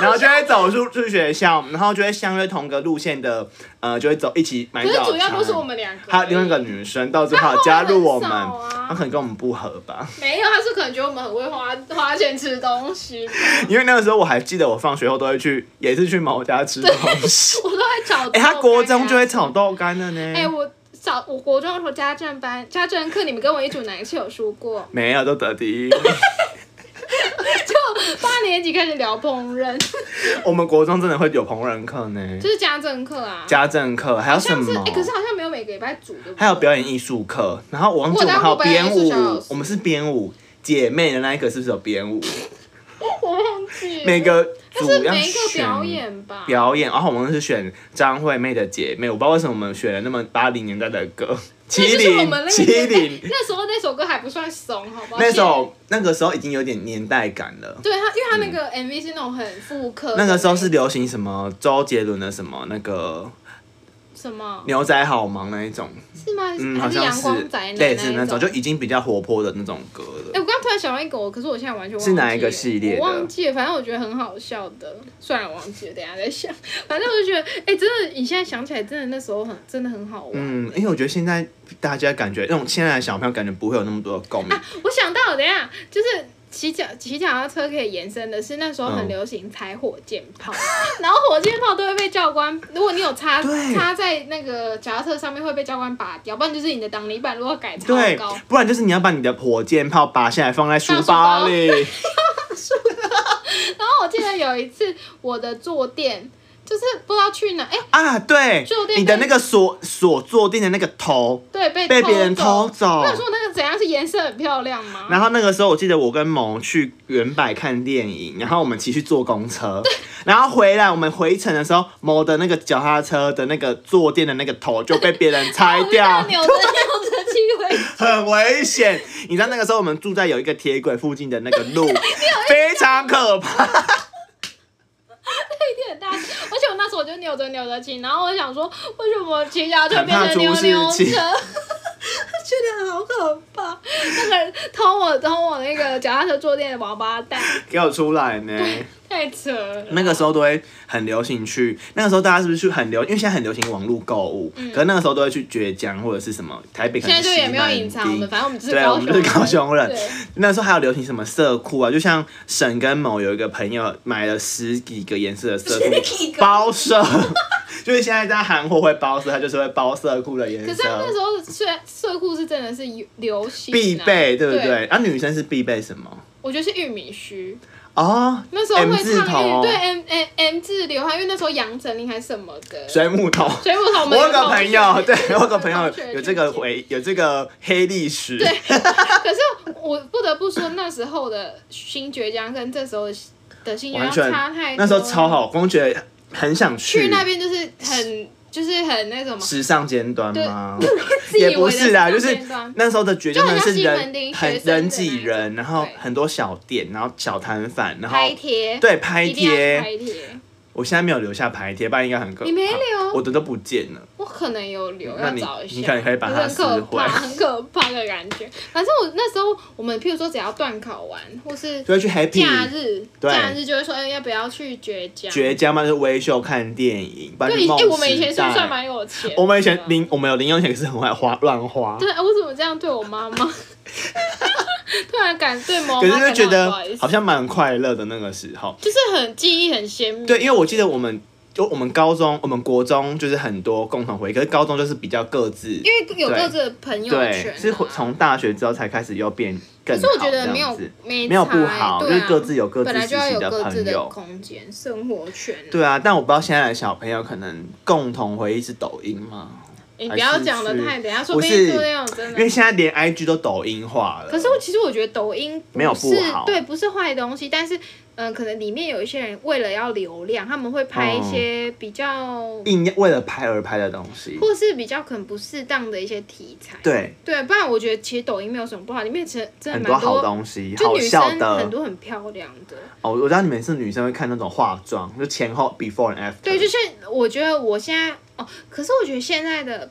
[SPEAKER 1] 然后就会走出去学校，然后就会相约同个路线的，呃，就会走一起买
[SPEAKER 2] 可是
[SPEAKER 1] 早餐。
[SPEAKER 2] 主要都是我们两个而已，
[SPEAKER 1] 还有另外一个女生，到最后加入我们，
[SPEAKER 2] 她后来很少啊
[SPEAKER 1] 她可能跟我们不合吧。
[SPEAKER 2] 没有，他是可能觉得我们很会花花钱吃东西吧，
[SPEAKER 1] 因为那个时候我还记得，我放学后都会去，也是去某家吃东 西。
[SPEAKER 2] 我都会炒豆干啊。
[SPEAKER 1] 哎、她国中就会炒豆干了呢。？
[SPEAKER 2] 哎、我早我国中的时候家政班家政课，你们跟我一组哪一次有输过
[SPEAKER 1] 没有，都得第一。
[SPEAKER 2] 就八年级开始聊烹饪，
[SPEAKER 1] 我们国中真的会有烹饪课呢，
[SPEAKER 2] 就是家政课啊。
[SPEAKER 1] 家政课还有什
[SPEAKER 2] 像是
[SPEAKER 1] 么？
[SPEAKER 2] 哎、可是好像没有每个礼拜组的。
[SPEAKER 1] 还有表演艺术课，然后我忘记
[SPEAKER 2] 我
[SPEAKER 1] 我
[SPEAKER 2] 当
[SPEAKER 1] 们还有
[SPEAKER 2] 过表演
[SPEAKER 1] 编
[SPEAKER 2] 艺术小老
[SPEAKER 1] 舞
[SPEAKER 2] 师，
[SPEAKER 1] 我们是编舞姐妹的那一个是不是有编舞？
[SPEAKER 2] 我忘记了
[SPEAKER 1] 每个
[SPEAKER 2] 它
[SPEAKER 1] 组
[SPEAKER 2] 是
[SPEAKER 1] 要
[SPEAKER 2] 每一个
[SPEAKER 1] 选
[SPEAKER 2] 表演吧。
[SPEAKER 1] 表演，然后我们是选张惠妹的姐妹，我不知道为什么我们选了那么八零年代的 歌，
[SPEAKER 2] 那
[SPEAKER 1] 麒
[SPEAKER 2] 就是我
[SPEAKER 1] 麟
[SPEAKER 2] 们那个
[SPEAKER 1] 麒
[SPEAKER 2] 年
[SPEAKER 1] 麟
[SPEAKER 2] 代，那时候那首歌还不算怂，好不好？
[SPEAKER 1] 那首嗯那个时候已经有点年代感了。
[SPEAKER 2] 对他，因为他那个 MV 是那种很复刻的
[SPEAKER 1] 那个时候是流行什么周杰伦的什么那个
[SPEAKER 2] 什么？
[SPEAKER 1] 牛仔好忙那一种，
[SPEAKER 2] 是吗？
[SPEAKER 1] 嗯，好
[SPEAKER 2] 还是
[SPEAKER 1] 像
[SPEAKER 2] 阳光
[SPEAKER 1] 是
[SPEAKER 2] 宅男
[SPEAKER 1] 类似
[SPEAKER 2] 那
[SPEAKER 1] 那
[SPEAKER 2] 一
[SPEAKER 1] 种，就已经比较活泼的那种歌
[SPEAKER 2] 哎、
[SPEAKER 1] 了。
[SPEAKER 2] 我刚刚突然想到一个，可是我现在完全忘记
[SPEAKER 1] 是哪一个系列的
[SPEAKER 2] 我忘记了，反正我觉得很好笑的。算了，我忘记了，等一下再想。反正我就觉得，哎、真的，你现在想起来，真的那时候很，真的很好玩。
[SPEAKER 1] 嗯，因为我觉得现在大家感觉那种现在的小朋友感觉不会有那么多的共鸣，
[SPEAKER 2] 我想到了，等一下就是骑脚骑脚踏车可以延伸的是，那时候很
[SPEAKER 1] 嗯
[SPEAKER 2] 流行踩火箭炮，然后火箭炮都会被教官，如果你有插
[SPEAKER 1] 对
[SPEAKER 2] 插在那个脚踏车上面，会被教官拔掉，不然就是你的挡泥板如果改超
[SPEAKER 1] 对
[SPEAKER 2] 高，，
[SPEAKER 1] 不然就是你要把你的火箭炮拔下来放在书
[SPEAKER 2] 放
[SPEAKER 1] 包
[SPEAKER 2] 书
[SPEAKER 1] 里，
[SPEAKER 2] 然后我记得有一次我的坐垫就是不知道去哪，哎、
[SPEAKER 1] 啊，对
[SPEAKER 2] 坐垫，被
[SPEAKER 1] 你的那个锁锁坐垫的那个头。
[SPEAKER 2] 对，被
[SPEAKER 1] 被别人
[SPEAKER 2] 偷
[SPEAKER 1] 偷走
[SPEAKER 2] 我想说那个怎样是颜色很漂亮吗？
[SPEAKER 1] 然后那个时候，我记得我跟某去原百看电影，然后我们骑去坐公车，然后回来我们回程的时候，某的那个脚踏车的那个坐垫的那个头就被别人拆掉
[SPEAKER 2] 我遇到，扭 着扭着机会，
[SPEAKER 1] 很危险。你知道那个时候我们住在有一个铁轨附近的那个路，非常可怕。
[SPEAKER 2] 一点大，而且我那时候我就扭着扭着骑，然后我想说为什么骑脚就
[SPEAKER 1] 很
[SPEAKER 2] 变
[SPEAKER 1] 怕
[SPEAKER 2] 成
[SPEAKER 1] 出
[SPEAKER 2] 扭
[SPEAKER 1] 事
[SPEAKER 2] 扭车，
[SPEAKER 1] 情
[SPEAKER 2] 觉得好可怕。那个人偷我偷我那个脚踏车坐垫的王八蛋，
[SPEAKER 1] 给我出来呢！
[SPEAKER 2] 太扯了。
[SPEAKER 1] 那个时候都会很流行去，那个时候大家是不是去很流？因为现在很流行网络购物，可是那个时候都会去浙江或者是什么台北，
[SPEAKER 2] 嗯现在就也没有隐藏我们，反正我们就是高
[SPEAKER 1] 对
[SPEAKER 2] 雄人，
[SPEAKER 1] 我们就是高雄人
[SPEAKER 2] 对
[SPEAKER 1] 那时候还有流行什么色裤啊，就像沈跟某有一个朋友买了十几个颜色的色
[SPEAKER 2] 几
[SPEAKER 1] 裤，
[SPEAKER 2] 个
[SPEAKER 1] 包色， 就是现在在韩货会包色，它就是会包色裤的颜
[SPEAKER 2] 可是他们那
[SPEAKER 1] 色，
[SPEAKER 2] 时候虽然色裤是真的是流行、啊，
[SPEAKER 1] 必备，对不对？
[SPEAKER 2] 对？
[SPEAKER 1] 啊，女生是必备什么？
[SPEAKER 2] 我觉得是玉米须，
[SPEAKER 1] 哦，
[SPEAKER 2] 那时候
[SPEAKER 1] M
[SPEAKER 2] 会
[SPEAKER 1] 字
[SPEAKER 2] 唱玉
[SPEAKER 1] 头，哦
[SPEAKER 2] 对 M M M 字流汗，因为那时候杨丞琳还是什么的，
[SPEAKER 1] 水母头。
[SPEAKER 2] 水母头。
[SPEAKER 1] 我有个朋友，对我有个
[SPEAKER 2] 个
[SPEAKER 1] 朋友有这个回有这个黑历史，
[SPEAKER 2] 可是我不得不说，那时候的新觉江跟这时候的新觉
[SPEAKER 1] 完
[SPEAKER 2] 江
[SPEAKER 1] 全
[SPEAKER 2] 差太多了。
[SPEAKER 1] 那时候超好，光觉得很想
[SPEAKER 2] 去那边就是很就是很那什么，
[SPEAKER 1] 时尚尖端吗？
[SPEAKER 2] 自以为
[SPEAKER 1] 也
[SPEAKER 2] 的
[SPEAKER 1] 不是啦，
[SPEAKER 2] 时尚
[SPEAKER 1] 就是
[SPEAKER 2] 尖端
[SPEAKER 1] 那时候的绝对
[SPEAKER 2] 就很像
[SPEAKER 1] 是
[SPEAKER 2] 西门
[SPEAKER 1] 人
[SPEAKER 2] 町
[SPEAKER 1] 很
[SPEAKER 2] 学生的
[SPEAKER 1] 人
[SPEAKER 2] 那
[SPEAKER 1] 挤
[SPEAKER 2] 种
[SPEAKER 1] 人，然后
[SPEAKER 2] 对
[SPEAKER 1] 很多小店，然后小摊贩，然后
[SPEAKER 2] 拍贴，
[SPEAKER 1] 对拍
[SPEAKER 2] 一定要
[SPEAKER 1] 贴，
[SPEAKER 2] 拍贴，
[SPEAKER 1] 我现在没有留下拍贴，不然应该很可
[SPEAKER 2] 你没
[SPEAKER 1] 怕
[SPEAKER 2] 留
[SPEAKER 1] 我的都不见了。
[SPEAKER 2] 我可能有留，
[SPEAKER 1] 那
[SPEAKER 2] 要
[SPEAKER 1] 你
[SPEAKER 2] 找一下。
[SPEAKER 1] 你可能可以把它
[SPEAKER 2] 很可
[SPEAKER 1] 撕毁
[SPEAKER 2] 怕，很可怕的感觉。反正我那时候，我们譬如说只要断考完，或是
[SPEAKER 1] 就会去 Happy
[SPEAKER 2] 假日，
[SPEAKER 1] 对
[SPEAKER 2] 假日就会说，哎、要不要去绝江？
[SPEAKER 1] 绝交嘛，就是微秀看电影，不然
[SPEAKER 2] 对，
[SPEAKER 1] 就
[SPEAKER 2] 哎、
[SPEAKER 1] 梦
[SPEAKER 2] 我们以前
[SPEAKER 1] 时
[SPEAKER 2] 是不
[SPEAKER 1] 代
[SPEAKER 2] 是算蛮有钱的？
[SPEAKER 1] 我们以前零我们有零用钱，可是很爱花乱花。
[SPEAKER 2] 对，哎我怎么这样对我妈妈？ 突然感对某
[SPEAKER 1] 可
[SPEAKER 2] 妈
[SPEAKER 1] 是就
[SPEAKER 2] 感
[SPEAKER 1] 觉
[SPEAKER 2] 到很
[SPEAKER 1] 得
[SPEAKER 2] 不好意思
[SPEAKER 1] 好，像蛮快乐的那个时候。
[SPEAKER 2] 就是很记忆很鲜明。
[SPEAKER 1] 对，因为我记得我们就我们高中、我们国中就是很多共同回忆，可是高中就是比较各自，
[SPEAKER 2] 因为有各自的朋友圈、
[SPEAKER 1] 对，
[SPEAKER 2] 啊，
[SPEAKER 1] 是回从大学之后才开始又变更
[SPEAKER 2] 可
[SPEAKER 1] 好。
[SPEAKER 2] 是我觉得没有
[SPEAKER 1] 这样子
[SPEAKER 2] 没
[SPEAKER 1] 没有不
[SPEAKER 2] 差欸
[SPEAKER 1] 好
[SPEAKER 2] 对
[SPEAKER 1] 就是
[SPEAKER 2] 啊
[SPEAKER 1] 各自有各自
[SPEAKER 2] 本来就要
[SPEAKER 1] 自己
[SPEAKER 2] 有
[SPEAKER 1] 的
[SPEAKER 2] 各自
[SPEAKER 1] 朋
[SPEAKER 2] 的
[SPEAKER 1] 友
[SPEAKER 2] 空间、生活圈。
[SPEAKER 1] 对啊，但我不知道现在的小朋友可能共同回忆是抖音吗？
[SPEAKER 2] 你
[SPEAKER 1] 还
[SPEAKER 2] 不要
[SPEAKER 1] 是
[SPEAKER 2] 讲的
[SPEAKER 1] 去
[SPEAKER 2] 太，等一下说
[SPEAKER 1] 不
[SPEAKER 2] 不定
[SPEAKER 1] 是，
[SPEAKER 2] 做那种真
[SPEAKER 1] 因
[SPEAKER 2] 的
[SPEAKER 1] 为。现在连 IG 都抖音化了。
[SPEAKER 2] 啊可是我其实我觉得抖音
[SPEAKER 1] 没有
[SPEAKER 2] 是
[SPEAKER 1] 不好
[SPEAKER 2] 对，不是坏东西，但是嗯、呃可能里面有一些人为了要流量，他们会拍一
[SPEAKER 1] 嗯
[SPEAKER 2] 些比较，
[SPEAKER 1] 硬要为了拍而拍的东西，
[SPEAKER 2] 或是比较可能不适当的一些题材。
[SPEAKER 1] 对，
[SPEAKER 2] 对，不然我觉得其实抖音没有什么不好，里面其实真
[SPEAKER 1] 很
[SPEAKER 2] 的蛮
[SPEAKER 1] 好东西，
[SPEAKER 2] 就
[SPEAKER 1] 好
[SPEAKER 2] 女
[SPEAKER 1] 笑
[SPEAKER 2] 生
[SPEAKER 1] 的
[SPEAKER 2] 很。多很漂亮的。
[SPEAKER 1] 哦，我知道你们是女生会看那种化妆，就前后 before and after。
[SPEAKER 2] 对，就是我觉得我现在哦，可是我觉得现在的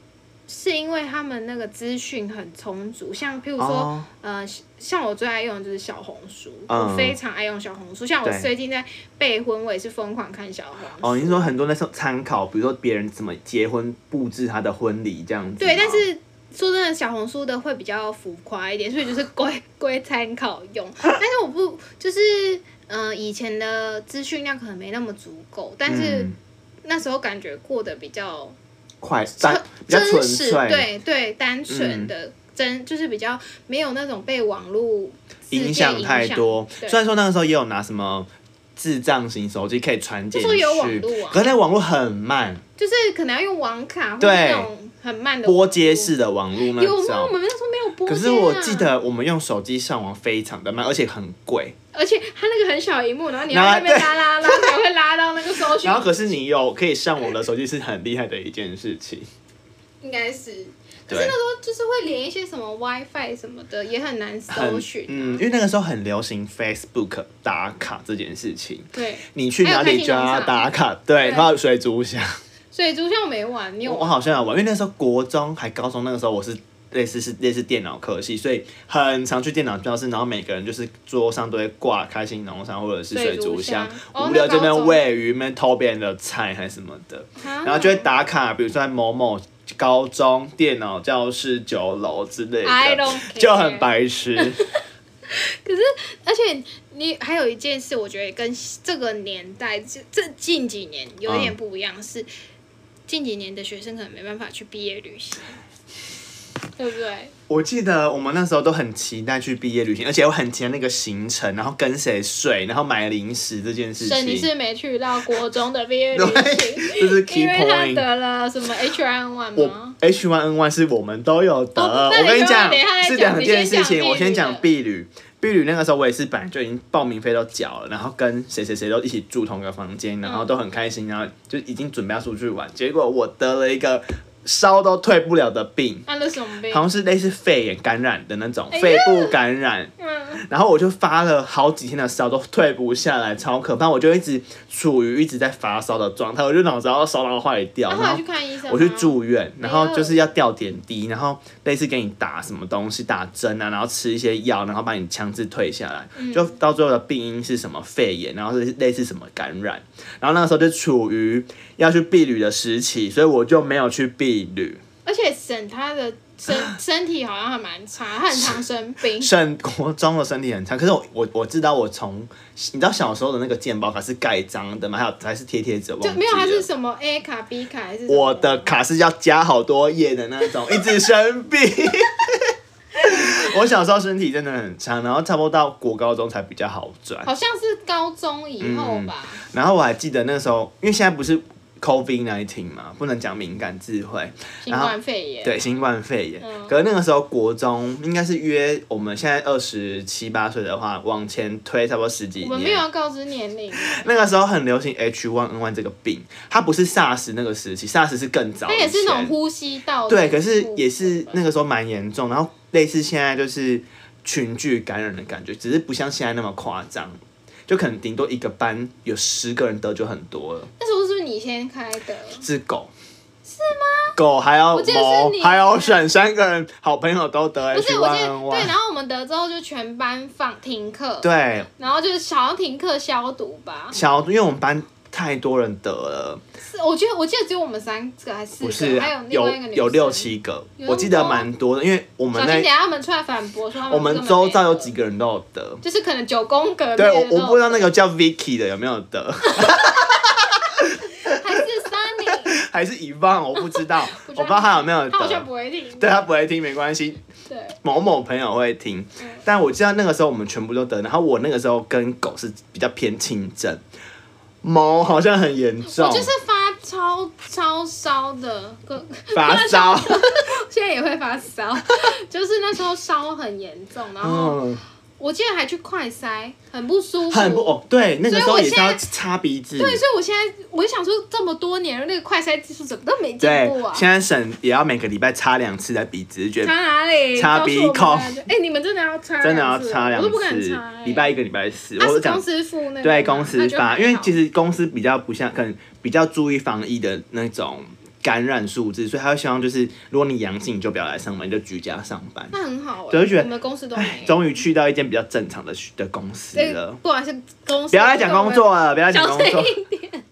[SPEAKER 2] 是因为他们那个资讯很充足，像譬如说，
[SPEAKER 1] 哦，
[SPEAKER 2] 呃，像我最爱用的就是小红书，
[SPEAKER 1] 嗯
[SPEAKER 2] 我非常爱用小红书。像我
[SPEAKER 1] 对
[SPEAKER 2] 最近在备婚，我也是疯狂看小红书。
[SPEAKER 1] 哦，你是说很多那时候参考，比如说别人怎么结婚布置他的婚礼这样子吗。
[SPEAKER 2] 对，但是说真的，小红书的会比较浮夸一点，所以就是 归归参考用。但是我不就是呃，以前的资讯量可能没那么足够，但是
[SPEAKER 1] 嗯
[SPEAKER 2] 那时候感觉过得比较
[SPEAKER 1] 快单比较
[SPEAKER 2] 真
[SPEAKER 1] 纯
[SPEAKER 2] 实，
[SPEAKER 1] 粹，
[SPEAKER 2] 对对，单纯
[SPEAKER 1] 嗯
[SPEAKER 2] 的、真就是比较没有那种被网络事件
[SPEAKER 1] 影响太多。
[SPEAKER 2] 对
[SPEAKER 1] 虽然说那个时候也有拿什么智障型手机可以传
[SPEAKER 2] 就
[SPEAKER 1] 简
[SPEAKER 2] 是有网
[SPEAKER 1] 讯，
[SPEAKER 2] 络啊
[SPEAKER 1] 可是那网络很慢，
[SPEAKER 2] 就是可能要用网卡或者
[SPEAKER 1] 对
[SPEAKER 2] 那种很慢的网络
[SPEAKER 1] 波接。式的网络那
[SPEAKER 2] 有吗？我
[SPEAKER 1] 种。
[SPEAKER 2] 们那时候没有波接、
[SPEAKER 1] 可
[SPEAKER 2] 啊。
[SPEAKER 1] 是我记，得我们用手机上网非常的慢，而且很贵。
[SPEAKER 2] 而且它那个很小的荧幕，然后你要
[SPEAKER 1] 然后
[SPEAKER 2] 在那边
[SPEAKER 1] 对
[SPEAKER 2] 拉拉拉，才会拉到那个搜寻
[SPEAKER 1] 然后。可是你有可以上网的手机是很厉害的一件事情。
[SPEAKER 2] 应该是，可是
[SPEAKER 1] 对
[SPEAKER 2] 那时候就是会连一些什么 WiFi 什么的，也很难搜
[SPEAKER 1] 很
[SPEAKER 2] 寻、啊。
[SPEAKER 1] 嗯，因为那个时候很流行 Facebook 打卡这件事情，
[SPEAKER 2] 对，
[SPEAKER 1] 你去哪里就要打卡，对，
[SPEAKER 2] 对
[SPEAKER 1] 还有水族箱，
[SPEAKER 2] 所以珠像我没玩，你有
[SPEAKER 1] 我我
[SPEAKER 2] 玩？
[SPEAKER 1] 好像有玩，因为那时候国中还高中那个时候我是。类似是类似电脑科系，所以很常去电脑教室，然后每个人就是桌上都会挂开心农场或者是水族箱
[SPEAKER 2] 水族箱，哦
[SPEAKER 1] 无聊这
[SPEAKER 2] 那高
[SPEAKER 1] 边
[SPEAKER 2] 中
[SPEAKER 1] 喂鱼，那边偷别人的菜还是什么的，
[SPEAKER 2] 啊
[SPEAKER 1] 然后就会打卡，比如说在某某高中电脑教室九楼之类
[SPEAKER 2] I
[SPEAKER 1] 的，
[SPEAKER 2] don't care
[SPEAKER 1] 就很白痴。
[SPEAKER 2] 而且你还有一件事，我觉得跟这个年代这这近几年有一点不一样，是
[SPEAKER 1] 嗯
[SPEAKER 2] 近几年的学生可能没办法去毕业旅行，对不对？
[SPEAKER 1] 我记得我们那时候都很期待去毕业旅行，而且我很期待那个行程，然后跟谁睡，然后买零食这件事
[SPEAKER 2] 所以
[SPEAKER 1] 情。
[SPEAKER 2] 你是没去到国中的毕业旅 行，
[SPEAKER 1] 对，这是 key
[SPEAKER 2] 因为他
[SPEAKER 1] point。
[SPEAKER 2] 得了什么 H1N1
[SPEAKER 1] 我
[SPEAKER 2] 吗？
[SPEAKER 1] H one N one 是我们都有得，
[SPEAKER 2] 哦那
[SPEAKER 1] 我
[SPEAKER 2] 你
[SPEAKER 1] 跟
[SPEAKER 2] 就
[SPEAKER 1] 讲
[SPEAKER 2] 等一下再
[SPEAKER 1] 是两
[SPEAKER 2] 讲你
[SPEAKER 1] 件
[SPEAKER 2] 先
[SPEAKER 1] 事
[SPEAKER 2] 讲
[SPEAKER 1] 情。
[SPEAKER 2] 避
[SPEAKER 1] 我先
[SPEAKER 2] 旅
[SPEAKER 1] 讲
[SPEAKER 2] 的
[SPEAKER 1] 避旅，避旅那个时候我也是本来就已经报名费都缴了，然后跟谁谁谁都一起住同个房间，然后
[SPEAKER 2] 嗯
[SPEAKER 1] 都很开心，然后就已经准备要出去玩，结果我得了一个烧都退不了的病，
[SPEAKER 2] 安了什么病
[SPEAKER 1] 好？像是类似肺炎感染的那种
[SPEAKER 2] 哎呀
[SPEAKER 1] 肺部感染，
[SPEAKER 2] 嗯，
[SPEAKER 1] 然后我就发了好几天的烧，都退不下来，超可怕。我就一直处于一直在发烧的状态，我就脑子要烧到坏掉，
[SPEAKER 2] 那后
[SPEAKER 1] 然
[SPEAKER 2] 来
[SPEAKER 1] 后
[SPEAKER 2] 去看医生吗，
[SPEAKER 1] 我去住院，然
[SPEAKER 2] 哎
[SPEAKER 1] 后
[SPEAKER 2] 呦
[SPEAKER 1] 就是要吊点滴，然后类似给你打什么东西，打针啊，然后吃一些药，然后把你强制退下来。就到最后的病因是什么肺炎，然后是类似什么感染，然后那个时候就处于要去避旅的时期，所以我就没有去避旅。
[SPEAKER 2] 而且沈他的 身身体好像还蛮差，他很常生病。
[SPEAKER 1] 沈国中的身体很差，可是我我我知道我从你知道小时候的那个健保卡是盖章的吗？还有还是贴贴纸，我忘
[SPEAKER 2] 就
[SPEAKER 1] 记
[SPEAKER 2] 没有，他是
[SPEAKER 1] 了
[SPEAKER 2] 什么 A 卡 B 卡还是什么
[SPEAKER 1] 我的卡是要加好多页的那种，一直生 病。我小时候身体真的很差，然后差不多到国高中才比较好转。
[SPEAKER 2] 好像是高中以后吧，
[SPEAKER 1] 然后我还记得那时候，因为现在不是 COVID nineteen 嘛，不能讲敏感智慧，
[SPEAKER 2] 新冠肺炎。
[SPEAKER 1] 对，新冠肺炎。
[SPEAKER 2] 嗯
[SPEAKER 1] 可是那个时候国中应该是约我们现在二十七八岁的话，往前推差不多十几
[SPEAKER 2] 我
[SPEAKER 1] 年。
[SPEAKER 2] 们没有要告知年龄，
[SPEAKER 1] 那个时候很流行 H1N1 这个病，它不是 SARS 那个时期，SARS 是更早以
[SPEAKER 2] 它
[SPEAKER 1] 前，
[SPEAKER 2] 也是那种呼吸道的
[SPEAKER 1] 对，可是也
[SPEAKER 2] 部
[SPEAKER 1] 是
[SPEAKER 2] 分
[SPEAKER 1] 那个时候蛮严重，然后类似现在就是群聚感染的感觉，只是不像现在那么夸张，就可能顶多一个班有十个人得就很多了，
[SPEAKER 2] 那时候是不是你先开的？
[SPEAKER 1] 是狗。是吗？狗还有
[SPEAKER 2] 我记得是
[SPEAKER 1] 猫
[SPEAKER 2] 你，
[SPEAKER 1] 还有沈三个人好朋友都得
[SPEAKER 2] 不是，我记得
[SPEAKER 1] H1N1，
[SPEAKER 2] 对，然后我们得之后就全班放停课，
[SPEAKER 1] 对，
[SPEAKER 2] 然后就是想要停课消毒吧。
[SPEAKER 1] 小，因为我们班太多人得了，
[SPEAKER 2] 是，我觉得我记得只有我们三个还是
[SPEAKER 1] 不
[SPEAKER 2] 四个，
[SPEAKER 1] 是啊
[SPEAKER 2] 还有另
[SPEAKER 1] 有
[SPEAKER 2] 外一个女生
[SPEAKER 1] 有六。七个
[SPEAKER 2] 有那么，多
[SPEAKER 1] 我记得蛮多的，因为我
[SPEAKER 2] 小啊
[SPEAKER 1] 们
[SPEAKER 2] 心等一
[SPEAKER 1] 那
[SPEAKER 2] 下他们出来反驳说他
[SPEAKER 1] 我
[SPEAKER 2] 们
[SPEAKER 1] 们
[SPEAKER 2] 根本
[SPEAKER 1] 周
[SPEAKER 2] 没
[SPEAKER 1] 遭有
[SPEAKER 2] 得
[SPEAKER 1] 几个人都有得，
[SPEAKER 2] 就是可能九宫格里
[SPEAKER 1] 对
[SPEAKER 2] 面
[SPEAKER 1] 我
[SPEAKER 2] 的那种。
[SPEAKER 1] 我不知道那个叫 Vicky 的有没有得，
[SPEAKER 2] 还是
[SPEAKER 1] 还是以望，我不知道，
[SPEAKER 2] 不
[SPEAKER 1] 我不
[SPEAKER 2] 知道
[SPEAKER 1] 知道他有没有
[SPEAKER 2] 他好像
[SPEAKER 1] 得。
[SPEAKER 2] 不会听。
[SPEAKER 1] 对他不会听没关系，
[SPEAKER 2] 对
[SPEAKER 1] 某某朋友会听
[SPEAKER 2] 嗯，
[SPEAKER 1] 但我记得那个时候我们全部都得，然后我那个时候跟狗是比较偏轻症，毛好像很严重
[SPEAKER 2] 我，就是发超超烧的，跟
[SPEAKER 1] 发烧，
[SPEAKER 2] 现在也会发烧， 就是那时候烧很严重，然后
[SPEAKER 1] 嗯，
[SPEAKER 2] 我竟然还去快筛，很不舒服，
[SPEAKER 1] 很不哦，对，那个时
[SPEAKER 2] 所以
[SPEAKER 1] 候
[SPEAKER 2] 我
[SPEAKER 1] 也是要
[SPEAKER 2] 现在
[SPEAKER 1] 擦鼻子，
[SPEAKER 2] 对，所以我现在我就想说，这么多年那个快筛技术怎么都没进
[SPEAKER 1] 对
[SPEAKER 2] 步啊，？
[SPEAKER 1] 现在省也要每个礼拜擦两次的鼻子，觉
[SPEAKER 2] 擦
[SPEAKER 1] 得
[SPEAKER 2] 哪里？
[SPEAKER 1] 擦
[SPEAKER 2] 告诉
[SPEAKER 1] 鼻
[SPEAKER 2] 我们
[SPEAKER 1] 孔
[SPEAKER 2] 啊哎、你们真的要擦两次，啊
[SPEAKER 1] 真的要擦两
[SPEAKER 2] 我都不敢擦、
[SPEAKER 1] 次
[SPEAKER 2] 哎，
[SPEAKER 1] 礼拜一跟礼拜四，
[SPEAKER 2] 啊
[SPEAKER 1] 我
[SPEAKER 2] 是
[SPEAKER 1] 讲
[SPEAKER 2] 公司付那个吗，啊
[SPEAKER 1] 对公司发，因为其
[SPEAKER 2] 实
[SPEAKER 1] 实公司比较不像，可能比较注意防疫的那种感染数字，所以他会希望就是，如果你阳性，你就不要来上班，你就居家上班。
[SPEAKER 2] 那很好、哎，
[SPEAKER 1] 对我就觉得
[SPEAKER 2] 我们公司都没。
[SPEAKER 1] 终于去到一间比较正常的的公司
[SPEAKER 2] 哎
[SPEAKER 1] 了，
[SPEAKER 2] 不管是公司，
[SPEAKER 1] 不要再讲工，作啊了，不要再讲
[SPEAKER 2] 小
[SPEAKER 1] 工作
[SPEAKER 2] 声。 一点。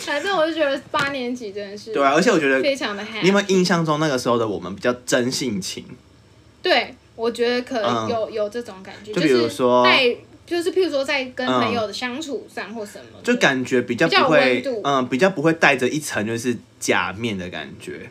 [SPEAKER 2] 反正我就觉得八年级真的是
[SPEAKER 1] 对啊，而且我觉得，
[SPEAKER 2] 非常的 happy。
[SPEAKER 1] 你有没有印象中那个时候的我们比较真性情？
[SPEAKER 2] 对，我觉得可能
[SPEAKER 1] 嗯
[SPEAKER 2] 有、有这种感觉，
[SPEAKER 1] 就比如说嗯
[SPEAKER 2] 是在就是譬如说在跟朋友的相处上或什么的，
[SPEAKER 1] 就感觉比较
[SPEAKER 2] 比较有
[SPEAKER 1] 不会
[SPEAKER 2] 温度，
[SPEAKER 1] 嗯，比较不会带着一层就是假面的感觉，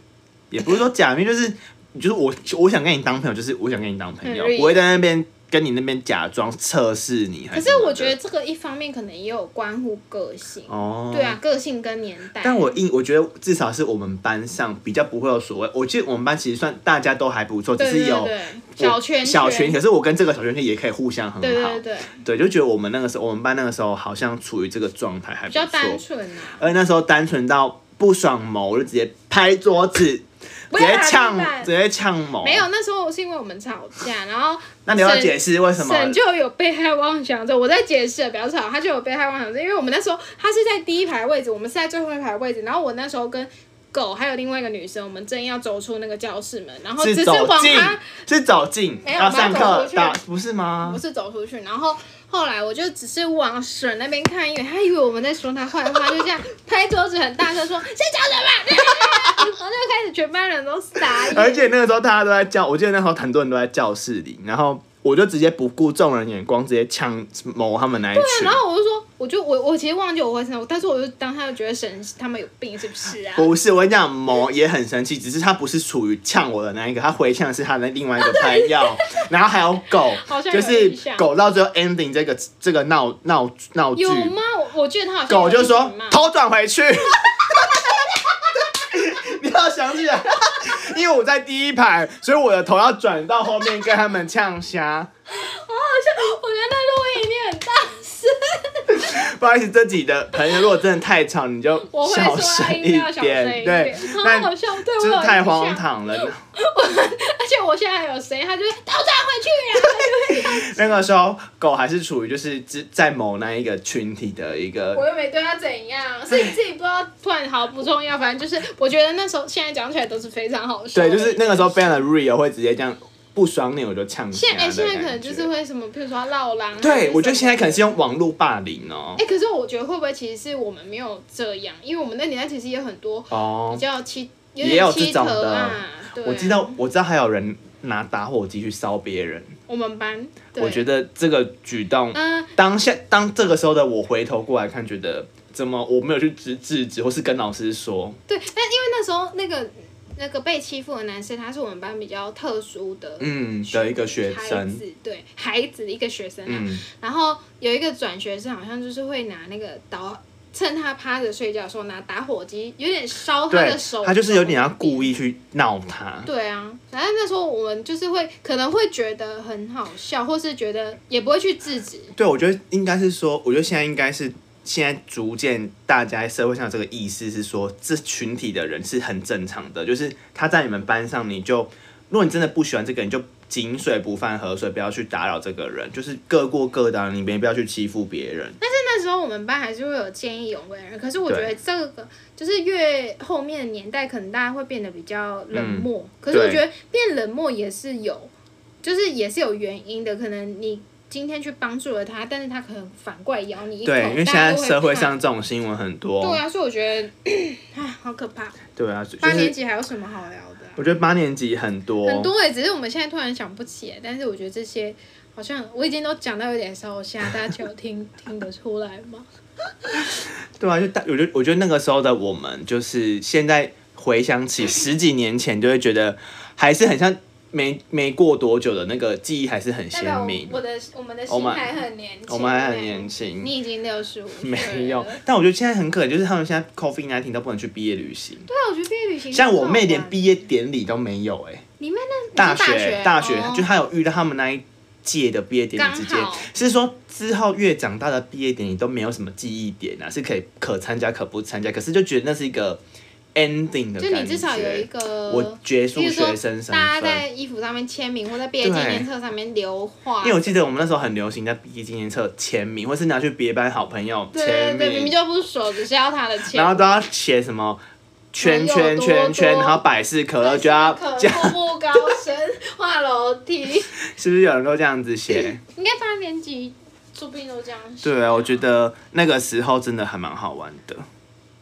[SPEAKER 1] 也不是说假面，就是就是我我想跟你当朋友，就是我想跟你当朋友
[SPEAKER 2] 很，real
[SPEAKER 1] 不会在那边跟你那边假装测试你。
[SPEAKER 2] 可是我觉得这个一方面可能也有关乎个性，
[SPEAKER 1] 哦，
[SPEAKER 2] 对啊，个性跟年代。
[SPEAKER 1] 但我印，我觉得至少是我们班上比较不会有所谓。我记得我们班其实算大家都还不错，只
[SPEAKER 2] 对
[SPEAKER 1] 是
[SPEAKER 2] 对
[SPEAKER 1] 有
[SPEAKER 2] 对，小圈圈
[SPEAKER 1] 小群，可是我跟这个小圈圈也可以互相很好。
[SPEAKER 2] 对对对，
[SPEAKER 1] 对就觉得我们那个时候，我们班那个时候好像处于这个状态还
[SPEAKER 2] 比
[SPEAKER 1] 不错，
[SPEAKER 2] 较单纯啊，
[SPEAKER 1] 而且那时候单纯到不爽毛，我就直接拍桌子，直
[SPEAKER 2] 不要
[SPEAKER 1] 接
[SPEAKER 2] 打地
[SPEAKER 1] 呛，
[SPEAKER 2] 板
[SPEAKER 1] 直接呛毛。
[SPEAKER 2] 没有，那时候是因为我们吵架，然后
[SPEAKER 1] 哦 那你要解释为什么？
[SPEAKER 2] 沈就有被害妄想症，我在解释了，不要吵，啊他就有被害妄想症，因为我们那时候他是在第一排位置，我们是在最后一排位置，然后我那时候跟狗还有另外一个女生，我们正要走出那个教室门，然后只
[SPEAKER 1] 是
[SPEAKER 2] 是
[SPEAKER 1] 走
[SPEAKER 2] 往
[SPEAKER 1] 进
[SPEAKER 2] 他，
[SPEAKER 1] 是走进，
[SPEAKER 2] 没有
[SPEAKER 1] 要上
[SPEAKER 2] 我们要走
[SPEAKER 1] 课
[SPEAKER 2] 出去
[SPEAKER 1] 打，不是吗
[SPEAKER 2] 不？是走出去，然后后来我就只是往沈那边看一眼，他以为我们在说他坏话，就这样拍桌子很大声说 谁讲什么， 然后就开始全班人都傻眼，
[SPEAKER 1] 而且那个时候大家都在教，我记得那时候很多人都在教室里，然后我就直接不顾众人眼光，直接呛某他们那一群
[SPEAKER 2] 啊然。后我就说，我就我我其实忘记我会生，但是我就当他就觉得神他们有病是不是啊？
[SPEAKER 1] 不是，我跟你讲，某也很生气，只是他不是处于呛我的那一个，他回呛的是他的另外一个朋友， 然后还有狗
[SPEAKER 2] 啊 好，像有
[SPEAKER 1] 就
[SPEAKER 2] 印
[SPEAKER 1] 是
[SPEAKER 2] 象
[SPEAKER 1] 狗到最后 ending 这个这个闹闹闹剧
[SPEAKER 2] 有吗？我我记得他好像
[SPEAKER 1] 狗
[SPEAKER 2] 有
[SPEAKER 1] 就
[SPEAKER 2] 一
[SPEAKER 1] 说
[SPEAKER 2] 直骂
[SPEAKER 1] 头转回去。 你要想起来， 因为我在第一排，所以我的头要转到后面跟他们呛虾。
[SPEAKER 2] 哦我觉得那录音一定很大声，
[SPEAKER 1] 不好意思，这己的朋友如果真的太吵，你就
[SPEAKER 2] 我会
[SPEAKER 1] 小
[SPEAKER 2] 说他
[SPEAKER 1] 声
[SPEAKER 2] 音量小声
[SPEAKER 1] 点。对
[SPEAKER 2] 一点，，
[SPEAKER 1] 那
[SPEAKER 2] 很 好笑，对我
[SPEAKER 1] 真
[SPEAKER 2] 有
[SPEAKER 1] 是太荒
[SPEAKER 2] 印象，
[SPEAKER 1] 唐了。
[SPEAKER 2] 而且我现在还有谁，他就会倒转回去啊，
[SPEAKER 1] 那个时候，狗还是处于就是只在某那一个群体的一
[SPEAKER 2] 我
[SPEAKER 1] 个，
[SPEAKER 2] 又没对他怎样，是你自己不知道，突然好不重要，反正就是我觉得那时候现在讲起来都是非常好笑的，
[SPEAKER 1] 对，就是那个时候非常的 real，会直接这样不爽你我就呛虾
[SPEAKER 2] 现
[SPEAKER 1] 的
[SPEAKER 2] 哎、
[SPEAKER 1] 感觉。
[SPEAKER 2] 现在可能就是会什么，譬如说他绕狼啊，还是
[SPEAKER 1] 对，我觉得
[SPEAKER 2] 什
[SPEAKER 1] 现
[SPEAKER 2] 么
[SPEAKER 1] 在可能是用网络霸凌哦
[SPEAKER 2] 哎、。可是我觉得会不会其实是我们没有这样，因为我们那年代其实也很多比
[SPEAKER 1] 哦，
[SPEAKER 2] 较欺，
[SPEAKER 1] 也有
[SPEAKER 2] 点
[SPEAKER 1] 这
[SPEAKER 2] 欺
[SPEAKER 1] 种
[SPEAKER 2] 头
[SPEAKER 1] 的
[SPEAKER 2] 啊。对啊
[SPEAKER 1] 我知道，我知道还有人拿打火机去烧别人，
[SPEAKER 2] 我们班，对
[SPEAKER 1] 我觉得这个举动，
[SPEAKER 2] 嗯、
[SPEAKER 1] 当下当这个时候的我回头过来看，觉得怎么我没有去制制止，或是跟老师说，
[SPEAKER 2] 对，但因为那时候那个那个被欺负的男生，他是我们班比较特殊的
[SPEAKER 1] 嗯的一个学
[SPEAKER 2] 孩
[SPEAKER 1] 生，
[SPEAKER 2] 子，对孩子一个学生、啊，
[SPEAKER 1] 嗯，
[SPEAKER 2] 然后有一个转学生，好像就是会拿那个导。趁他趴着睡觉的时候，拿打火机有点烧他
[SPEAKER 1] 对
[SPEAKER 2] 的手，，
[SPEAKER 1] 他就是有点要故意去闹他，
[SPEAKER 2] 对啊，反正那时候我们就是会可能会觉得很好笑，或是觉得也不会去制止。
[SPEAKER 1] 对，我觉得应该是说，我觉得现在应该是现在逐渐大家在社会上有这个意识是说，这群体的人是很正常的，就是他在你们班上，你就如果你真的不喜欢这个人，你就井水不犯河水，不要去打扰这个人，就是各过各的啊，你别不要去欺负别人。
[SPEAKER 2] 那时候我们班还是会有见义勇为的人，可是我觉
[SPEAKER 1] 对
[SPEAKER 2] 得这个就是越后面的年代，可能大家会变得比较冷漠。可是
[SPEAKER 1] 对
[SPEAKER 2] 我觉得变冷漠也是有，就是也是有原因的。可能你今天去帮助了他，但是他可能反过来咬你一口。
[SPEAKER 1] 对，因为
[SPEAKER 2] 大
[SPEAKER 1] 现在
[SPEAKER 2] 家都会
[SPEAKER 1] 社会
[SPEAKER 2] 怕。
[SPEAKER 1] 上这种新闻很多，
[SPEAKER 2] 对啊，所以我觉得，啊，好可怕！
[SPEAKER 1] 对啊，就
[SPEAKER 2] 八年
[SPEAKER 1] 是
[SPEAKER 2] 级还有什么好聊的啊、
[SPEAKER 1] 我觉得八年级很多，
[SPEAKER 2] 哦欸很多哎、只是我们现在突然想不起来，但是我觉得这些好像我已经都讲到有点烧瞎，大家有 听听得出来吗？
[SPEAKER 1] 对啊，就大，我觉得我觉得那个时候的我们，就是现在回想 起十几年前，就会觉得还是很像没没过多久的那个记忆还是很
[SPEAKER 2] 代
[SPEAKER 1] 鲜
[SPEAKER 2] 表我
[SPEAKER 1] 明。
[SPEAKER 2] 我的我们的
[SPEAKER 1] 我
[SPEAKER 2] 心
[SPEAKER 1] 们
[SPEAKER 2] 还很年轻，欸
[SPEAKER 1] 我们还很年。轻，
[SPEAKER 2] 你已经 六十五岁了
[SPEAKER 1] 没有。但我觉得现在很可怜，就是他们现在 COVID 19都不能去毕业旅行，
[SPEAKER 2] 对啊，我觉得毕业旅行
[SPEAKER 1] 像我妹连
[SPEAKER 2] 点，
[SPEAKER 1] 毕业典礼都没有哎、
[SPEAKER 2] 你妹那你
[SPEAKER 1] 大
[SPEAKER 2] 是
[SPEAKER 1] 学
[SPEAKER 2] 大
[SPEAKER 1] 大学，就
[SPEAKER 2] 哦
[SPEAKER 1] 她有遇到他们那一届的毕业典礼之间
[SPEAKER 2] 刚好，
[SPEAKER 1] 是说之后越长大的毕业典礼都没有什么记忆点啊，是可以可参加可不参加，可是就觉得那是一个 ending 的感觉。
[SPEAKER 2] 就你至少有一个，
[SPEAKER 1] 我结束
[SPEAKER 2] 哦比如说
[SPEAKER 1] 学生身
[SPEAKER 2] 大家
[SPEAKER 1] 份。
[SPEAKER 2] 在衣服上面签名，或在毕业纪
[SPEAKER 1] 对
[SPEAKER 2] 念册上面留话，
[SPEAKER 1] 因为我记得我们那时候很流行在毕业纪念册签名，或是拿去别班好朋友
[SPEAKER 2] 对
[SPEAKER 1] 签
[SPEAKER 2] 对对，明明
[SPEAKER 1] 名，
[SPEAKER 2] 就不熟，只是要他 的钱。
[SPEAKER 1] 然后都要写什么圈
[SPEAKER 2] 朋友
[SPEAKER 1] 圈
[SPEAKER 2] 多
[SPEAKER 1] 圈圈，
[SPEAKER 2] 多
[SPEAKER 1] 然后百事可乐就要
[SPEAKER 2] 可
[SPEAKER 1] 这样，
[SPEAKER 2] 步步高升，画楼梯。
[SPEAKER 1] 是不是有人都这样子写？
[SPEAKER 2] 应该八年级说不定都这样想。
[SPEAKER 1] 对啊，我觉得那个时候真的还蛮好玩的。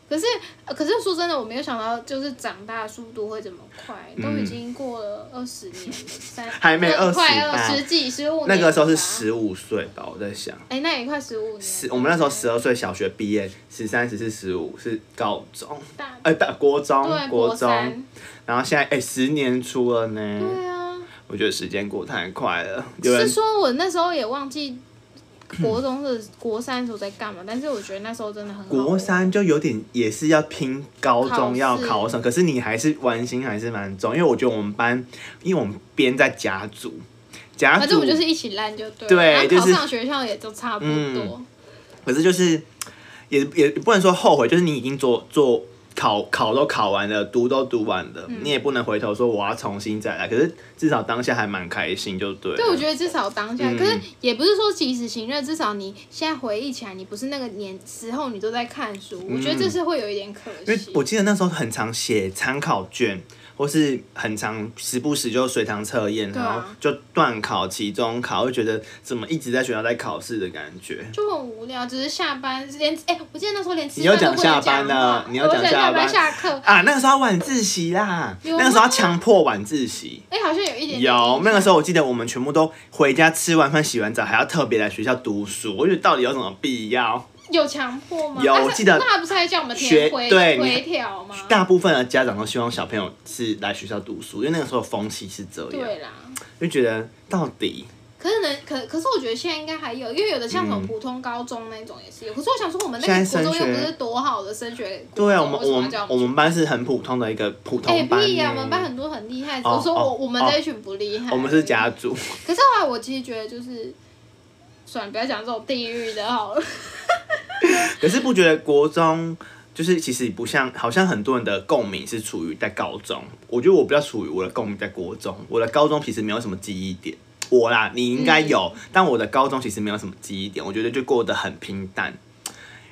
[SPEAKER 2] 可是，呃可是说真的，我没有想到，就是长大速度会这么快，
[SPEAKER 1] 嗯
[SPEAKER 2] 都已经过了二十年了，三
[SPEAKER 1] 还没
[SPEAKER 2] 二
[SPEAKER 1] 20
[SPEAKER 2] 快
[SPEAKER 1] 吧
[SPEAKER 2] 二十几十五。
[SPEAKER 1] 那个时候是，十五岁吧，我在想，
[SPEAKER 2] 哎，那也快十五年了。
[SPEAKER 1] 十我们那时候十二岁小学毕业，十三、十四、十五是高中，
[SPEAKER 2] 大，
[SPEAKER 1] 哎、不，国
[SPEAKER 2] 对，
[SPEAKER 1] 中，国
[SPEAKER 2] 国
[SPEAKER 1] 中，
[SPEAKER 2] 三，
[SPEAKER 1] 然后现在哎、十年出了呢，
[SPEAKER 2] 对啊。
[SPEAKER 1] 我觉得时间过太快了。有
[SPEAKER 2] 是
[SPEAKER 1] 人
[SPEAKER 2] 说我那时候也忘记国中的国三的时候在干嘛，但是我觉得那时候真的很好玩
[SPEAKER 1] 国三就有点也是要拼高
[SPEAKER 2] 考
[SPEAKER 1] 中要
[SPEAKER 2] 试
[SPEAKER 1] 考什么，可是你还是玩心还是蛮重，因为我觉得我们班，因为我们编在甲组，甲组
[SPEAKER 2] 反正我们就是一起烂就对了，
[SPEAKER 1] 啊对
[SPEAKER 2] 然后
[SPEAKER 1] 就
[SPEAKER 2] 考
[SPEAKER 1] 是嗯
[SPEAKER 2] 上学校也都差不多。
[SPEAKER 1] 可是就是也也不能说后悔，就是你已经做做考考都考完了，读都读完
[SPEAKER 2] 嗯
[SPEAKER 1] 了，你也不能回头说我要重新再来。可是至少当下还蛮开心，就对了。
[SPEAKER 2] 对，我觉得至少当下，
[SPEAKER 1] 嗯
[SPEAKER 2] 可是也不是说及时行乐，至少你现在回忆起来，你不是那个年时候你都在看书，我觉得这是会有一点可
[SPEAKER 1] 嗯因为
[SPEAKER 2] 惜。
[SPEAKER 1] 我记得那时候很常写参考卷，或是很常时不时就随堂测验，
[SPEAKER 2] 对
[SPEAKER 1] 然
[SPEAKER 2] 啊
[SPEAKER 1] 后就断考、期中考，会觉得怎么一直在学校在考试的感觉。
[SPEAKER 2] 就很无聊，只是下班连哎、我记得那时候连吃
[SPEAKER 1] 你又讲
[SPEAKER 2] 饭都不能
[SPEAKER 1] 下班了
[SPEAKER 2] 话
[SPEAKER 1] 你又
[SPEAKER 2] 我
[SPEAKER 1] 讲
[SPEAKER 2] 讲
[SPEAKER 1] 下
[SPEAKER 2] 班
[SPEAKER 1] 班
[SPEAKER 2] 下课，
[SPEAKER 1] 啊，那个时候要晚自习啦，
[SPEAKER 2] 有
[SPEAKER 1] 那个时候
[SPEAKER 2] 吗
[SPEAKER 1] 要强迫晚自习。
[SPEAKER 2] 哎、好像有一点点
[SPEAKER 1] 有那个时
[SPEAKER 2] 候
[SPEAKER 1] 候，我记得我们全部都回家吃完饭、洗完澡，还要特别来学校读书。我觉得到底有什么必要？
[SPEAKER 2] 有强迫吗？
[SPEAKER 1] 有
[SPEAKER 2] 啊是
[SPEAKER 1] 我记得
[SPEAKER 2] 那不是还叫我们填
[SPEAKER 1] 学
[SPEAKER 2] 回
[SPEAKER 1] 对你
[SPEAKER 2] 回条吗？
[SPEAKER 1] 大部分的家长都希望小朋友是来学校读书，因为那个时候风气是这样，
[SPEAKER 2] 对啦，
[SPEAKER 1] 就觉得到底
[SPEAKER 2] 可是能可可是我觉得现在应该还有，因为有的像什么
[SPEAKER 1] 嗯
[SPEAKER 2] 普通高中那种也是有。可是我想说，我们那
[SPEAKER 1] 现
[SPEAKER 2] 个
[SPEAKER 1] 在升
[SPEAKER 2] 国中又不
[SPEAKER 1] 学
[SPEAKER 2] 是多好的升学国中，
[SPEAKER 1] 对啊，我们
[SPEAKER 2] 为什么
[SPEAKER 1] 我
[SPEAKER 2] 要
[SPEAKER 1] 们
[SPEAKER 2] 叫
[SPEAKER 1] 我
[SPEAKER 2] 们
[SPEAKER 1] 们班是很普通的一个普
[SPEAKER 2] 哎、
[SPEAKER 1] 通班
[SPEAKER 2] 屁
[SPEAKER 1] 呢、
[SPEAKER 2] 呀、我们班很多很厉害。
[SPEAKER 1] 哦
[SPEAKER 2] 我说
[SPEAKER 1] 哦
[SPEAKER 2] 我我们
[SPEAKER 1] 哦
[SPEAKER 2] 这一群不厉害，
[SPEAKER 1] 我们是。家族，
[SPEAKER 2] 可是后来我其实觉得就是，算了，不要讲这种地狱的好了。
[SPEAKER 1] 可是不觉得国中就是其实不像，好像很多人的共鸣是处于在高中。我觉得我比较处于我的共鸣在国中，我的高中其实没有什么记忆点。我啦，你应
[SPEAKER 2] 嗯
[SPEAKER 1] 该有，但我的高中其实没有什么记忆点，我觉得就过得很平淡，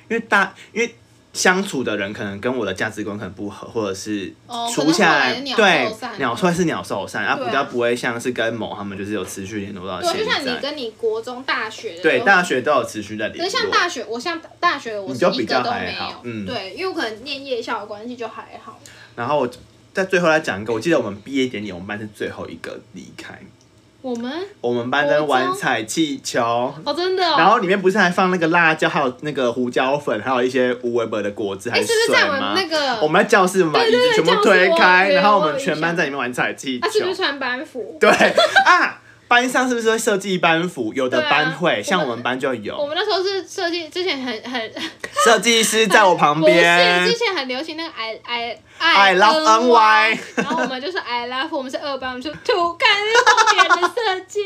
[SPEAKER 1] 因为大因为。相处的人可能跟我的价值观可能不合，或者是
[SPEAKER 2] 哦
[SPEAKER 1] 除
[SPEAKER 2] 可能
[SPEAKER 1] 下
[SPEAKER 2] 后来
[SPEAKER 1] 来，
[SPEAKER 2] 鸟
[SPEAKER 1] 对
[SPEAKER 2] 兽散
[SPEAKER 1] 鸟算是鸟兽散，啊
[SPEAKER 2] 对啊
[SPEAKER 1] 比较不会像是跟某他们就是有持续联络到
[SPEAKER 2] 对啊，
[SPEAKER 1] 现
[SPEAKER 2] 就像你
[SPEAKER 1] 在，
[SPEAKER 2] 跟你国中、大学的
[SPEAKER 1] 对
[SPEAKER 2] 都
[SPEAKER 1] 大。学都有持续在联
[SPEAKER 2] 可
[SPEAKER 1] 络
[SPEAKER 2] 是。像大学，我像大学，我
[SPEAKER 1] 你
[SPEAKER 2] 是
[SPEAKER 1] 就
[SPEAKER 2] 一
[SPEAKER 1] 比
[SPEAKER 2] 个
[SPEAKER 1] 较
[SPEAKER 2] 都
[SPEAKER 1] 还
[SPEAKER 2] 没有
[SPEAKER 1] 好。嗯
[SPEAKER 2] 对，因为我可能念夜校的关系就还好。
[SPEAKER 1] 然后我在最后来讲一个，我记得我们毕业典礼，我们班是最后一个离开。
[SPEAKER 2] 我们
[SPEAKER 1] 我们班在玩踩气球，
[SPEAKER 2] 哦，真的哦。
[SPEAKER 1] 然后里面不是还放那个辣椒，还有那个胡椒粉，还有一些无微博的果汁还
[SPEAKER 2] 哎，是不是
[SPEAKER 1] 水
[SPEAKER 2] 在我
[SPEAKER 1] 吗
[SPEAKER 2] 们？那个？
[SPEAKER 1] 我们在教室把椅
[SPEAKER 2] 对对对
[SPEAKER 1] 子全部
[SPEAKER 2] 教室
[SPEAKER 1] 推
[SPEAKER 2] 我
[SPEAKER 1] 开，
[SPEAKER 2] 有
[SPEAKER 1] 然后我
[SPEAKER 2] 我有
[SPEAKER 1] 们
[SPEAKER 2] 印
[SPEAKER 1] 全
[SPEAKER 2] 象
[SPEAKER 1] 班在里面玩踩气
[SPEAKER 2] 他是不是
[SPEAKER 1] 球。
[SPEAKER 2] 穿班服？
[SPEAKER 1] 对啊，班上是不是会设计班服？有的
[SPEAKER 2] 对啊
[SPEAKER 1] 班
[SPEAKER 2] 我
[SPEAKER 1] 会，
[SPEAKER 2] 们
[SPEAKER 1] 像我们班就有
[SPEAKER 2] 我。们那时候是设计，之前很很
[SPEAKER 1] 设计师在我旁边
[SPEAKER 2] 不是，之前很流行那个 I I
[SPEAKER 1] ，I love NY。
[SPEAKER 2] 然后我们就是 I love，我们是二班，我们就土干后面的设计，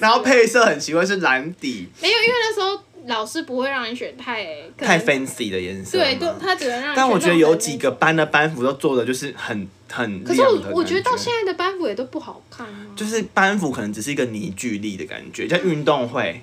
[SPEAKER 1] 然后配色很奇怪，是蓝底，
[SPEAKER 2] 没有，因为那时候老师不会让你选太可能
[SPEAKER 1] 太 fancy 的颜色吗。
[SPEAKER 2] 对，都他只能让你选那种很。
[SPEAKER 1] 但我觉得有几个班的班服都做的就是很很
[SPEAKER 2] 可
[SPEAKER 1] 亮
[SPEAKER 2] 是
[SPEAKER 1] 的感
[SPEAKER 2] 我我觉得到现在的班服也都不好看啊，
[SPEAKER 1] 就是班服可能只是一个凝聚力的感觉，
[SPEAKER 2] 嗯
[SPEAKER 1] 像运动会，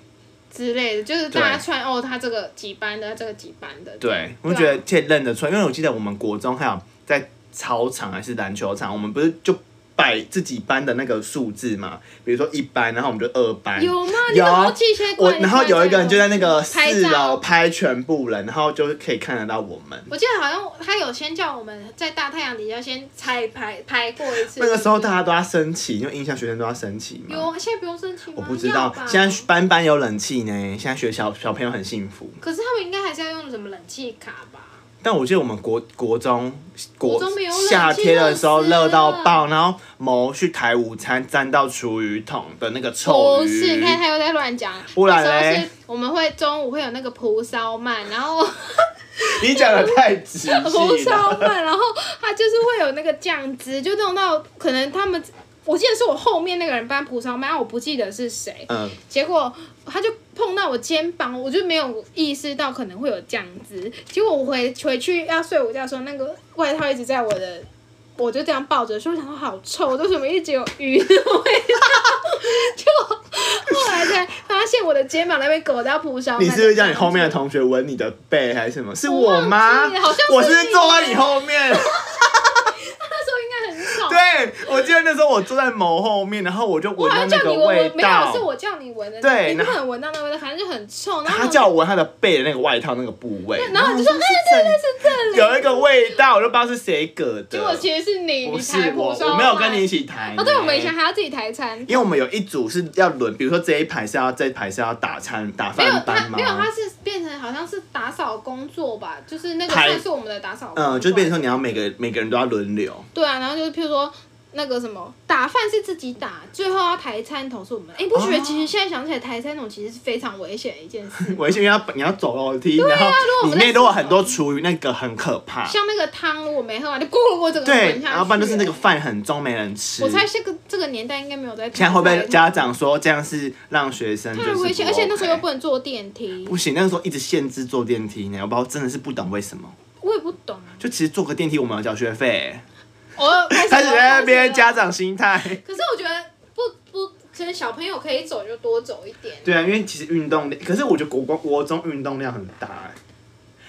[SPEAKER 2] 之类的，就是大家
[SPEAKER 1] 对
[SPEAKER 2] 穿哦，他这个几班的，他这个几班的，
[SPEAKER 1] 对
[SPEAKER 2] 对
[SPEAKER 1] 我
[SPEAKER 2] 啊
[SPEAKER 1] 觉得这认得出来，因为我记得我们国中还有在操场还是篮球场，我们不是就摆自己班的那个数字嘛，比如说一班，然后我们就二班。
[SPEAKER 2] 有吗？你
[SPEAKER 1] 有啊
[SPEAKER 2] 怎么气切
[SPEAKER 1] 我
[SPEAKER 2] 怪？
[SPEAKER 1] 然后有一个人就在那个
[SPEAKER 2] 拍
[SPEAKER 1] 四楼
[SPEAKER 2] 照。
[SPEAKER 1] 拍全部人，然后就可以看得到我们。
[SPEAKER 2] 我记得好像他有先叫我们在大太阳底下先彩排拍过一次。
[SPEAKER 1] 那个时候大
[SPEAKER 2] 他
[SPEAKER 1] 家都要升旗，因为印象学生都要升旗嘛。
[SPEAKER 2] 有啊现在不用申请吗？
[SPEAKER 1] 我不知
[SPEAKER 2] 要
[SPEAKER 1] 道
[SPEAKER 2] 吧，
[SPEAKER 1] 现在班班有冷气呢，现在学小小朋友很幸福。
[SPEAKER 2] 可是他们应该还是要用什么冷气卡吧？
[SPEAKER 1] 但我记得我们国国中国
[SPEAKER 2] 国中没有冷气啊
[SPEAKER 1] 夏天的时候
[SPEAKER 2] 热死了
[SPEAKER 1] 热到爆，然后某去抬午餐沾到厨余桶的那个臭
[SPEAKER 2] 不
[SPEAKER 1] 鱼，
[SPEAKER 2] 哦是，你看他又在乱讲。
[SPEAKER 1] 不然
[SPEAKER 2] 那时候
[SPEAKER 1] 嘞
[SPEAKER 2] 是我们会中午会有那个蒲烧鳗，然 后
[SPEAKER 1] 你讲的太仔细
[SPEAKER 2] 蒲
[SPEAKER 1] 了。
[SPEAKER 2] 烧鳗，然后它就是会有那个酱汁，就弄到可能他们，我记得是我后面那个人搬蒲烧鳗，我不记得是谁。
[SPEAKER 1] 嗯，
[SPEAKER 2] 结果他就碰到我肩膀，我就没有意识到可能会有酱汁。结果我回回去要睡午觉的时候，那个外套一直在我的，我就这样抱着，说想说好臭，为什么一直有鱼的味道？ 就后来才发现我的肩膀那边狗到蒲烧。
[SPEAKER 1] 你是不是叫你后面的同学闻你的背还是什么？是
[SPEAKER 2] 我
[SPEAKER 1] 我
[SPEAKER 2] 忘记
[SPEAKER 1] 吗？
[SPEAKER 2] 了好像
[SPEAKER 1] 我
[SPEAKER 2] 是
[SPEAKER 1] 是不是
[SPEAKER 2] 你
[SPEAKER 1] 坐在你后面。
[SPEAKER 2] 那时候应该很吵。
[SPEAKER 1] 对，我记得那时候我坐在某后面，然后我就
[SPEAKER 2] 我
[SPEAKER 1] 闻
[SPEAKER 2] 好
[SPEAKER 1] 到
[SPEAKER 2] 像
[SPEAKER 1] 那
[SPEAKER 2] 叫
[SPEAKER 1] 个
[SPEAKER 2] 你闻，
[SPEAKER 1] 味
[SPEAKER 2] 我没有
[SPEAKER 1] 道
[SPEAKER 2] 是。我叫你闻的，
[SPEAKER 1] 对
[SPEAKER 2] 你不
[SPEAKER 1] 然后
[SPEAKER 2] 可能闻到那个味道，反正就很臭。然后
[SPEAKER 1] 他叫我闻他的背的那个外套那个部位，
[SPEAKER 2] 然后你就说
[SPEAKER 1] 我哎是
[SPEAKER 2] 是这里，
[SPEAKER 1] 有一个味道，我都不知道是谁搁的。
[SPEAKER 2] 结果其实是你，
[SPEAKER 1] 不
[SPEAKER 2] 你
[SPEAKER 1] 是
[SPEAKER 2] 才
[SPEAKER 1] 我，
[SPEAKER 2] 蒲烧鳗
[SPEAKER 1] 我没有跟你一起抬。
[SPEAKER 2] 哦，对，我们以前。还要自己抬餐，
[SPEAKER 1] 因为我们有一组是要轮，比如说这一排是要这一排是要打餐打
[SPEAKER 2] 没有
[SPEAKER 1] 饭
[SPEAKER 2] 他
[SPEAKER 1] 班吗？
[SPEAKER 2] 没有他是变成好像是打扫工作吧，就是那个
[SPEAKER 1] 排
[SPEAKER 2] 算是我们的打扫工作。
[SPEAKER 1] 嗯，就是变成说你要每个每个人都要轮流。
[SPEAKER 2] 对啊，然后就是譬如说那个什么打饭是自己打，最后要抬餐桶是我们。哎，不觉得
[SPEAKER 1] 哦
[SPEAKER 2] 其实现在想起来抬餐桶其实是非常危险的一件 事。
[SPEAKER 1] 我因为要你要走楼梯，然
[SPEAKER 2] 我
[SPEAKER 1] 后
[SPEAKER 2] 们
[SPEAKER 1] 里
[SPEAKER 2] 在
[SPEAKER 1] 啊面如果
[SPEAKER 2] 厕所
[SPEAKER 1] 很多厨余，那个很可怕。
[SPEAKER 2] 像那个汤我没喝完就咕噜咕噜整个
[SPEAKER 1] 啊对
[SPEAKER 2] 滚，下去。
[SPEAKER 1] 然后不然就是那个。饭很重，没人吃。
[SPEAKER 2] 我猜这个这个年代应该没有在。
[SPEAKER 1] 现在会不会家长说这样是让学生就是
[SPEAKER 2] 太
[SPEAKER 1] 不
[SPEAKER 2] 危险？而且那时候又
[SPEAKER 1] OK
[SPEAKER 2] 不能坐电梯
[SPEAKER 1] 不，行，那个时候一直限制坐电梯呢，我不知道真的是不懂为什么。
[SPEAKER 2] 我也不懂啊。
[SPEAKER 1] 就其实坐个电梯我们要交学费，
[SPEAKER 2] 我开始
[SPEAKER 1] 开始在那
[SPEAKER 2] 开始
[SPEAKER 1] 边
[SPEAKER 2] 了
[SPEAKER 1] 家长心态。
[SPEAKER 2] 可是我觉得不不，可能小朋友可以走就多走一点。
[SPEAKER 1] 对啊，因为其实运动量，可是我觉得国光国中运动量很大哎、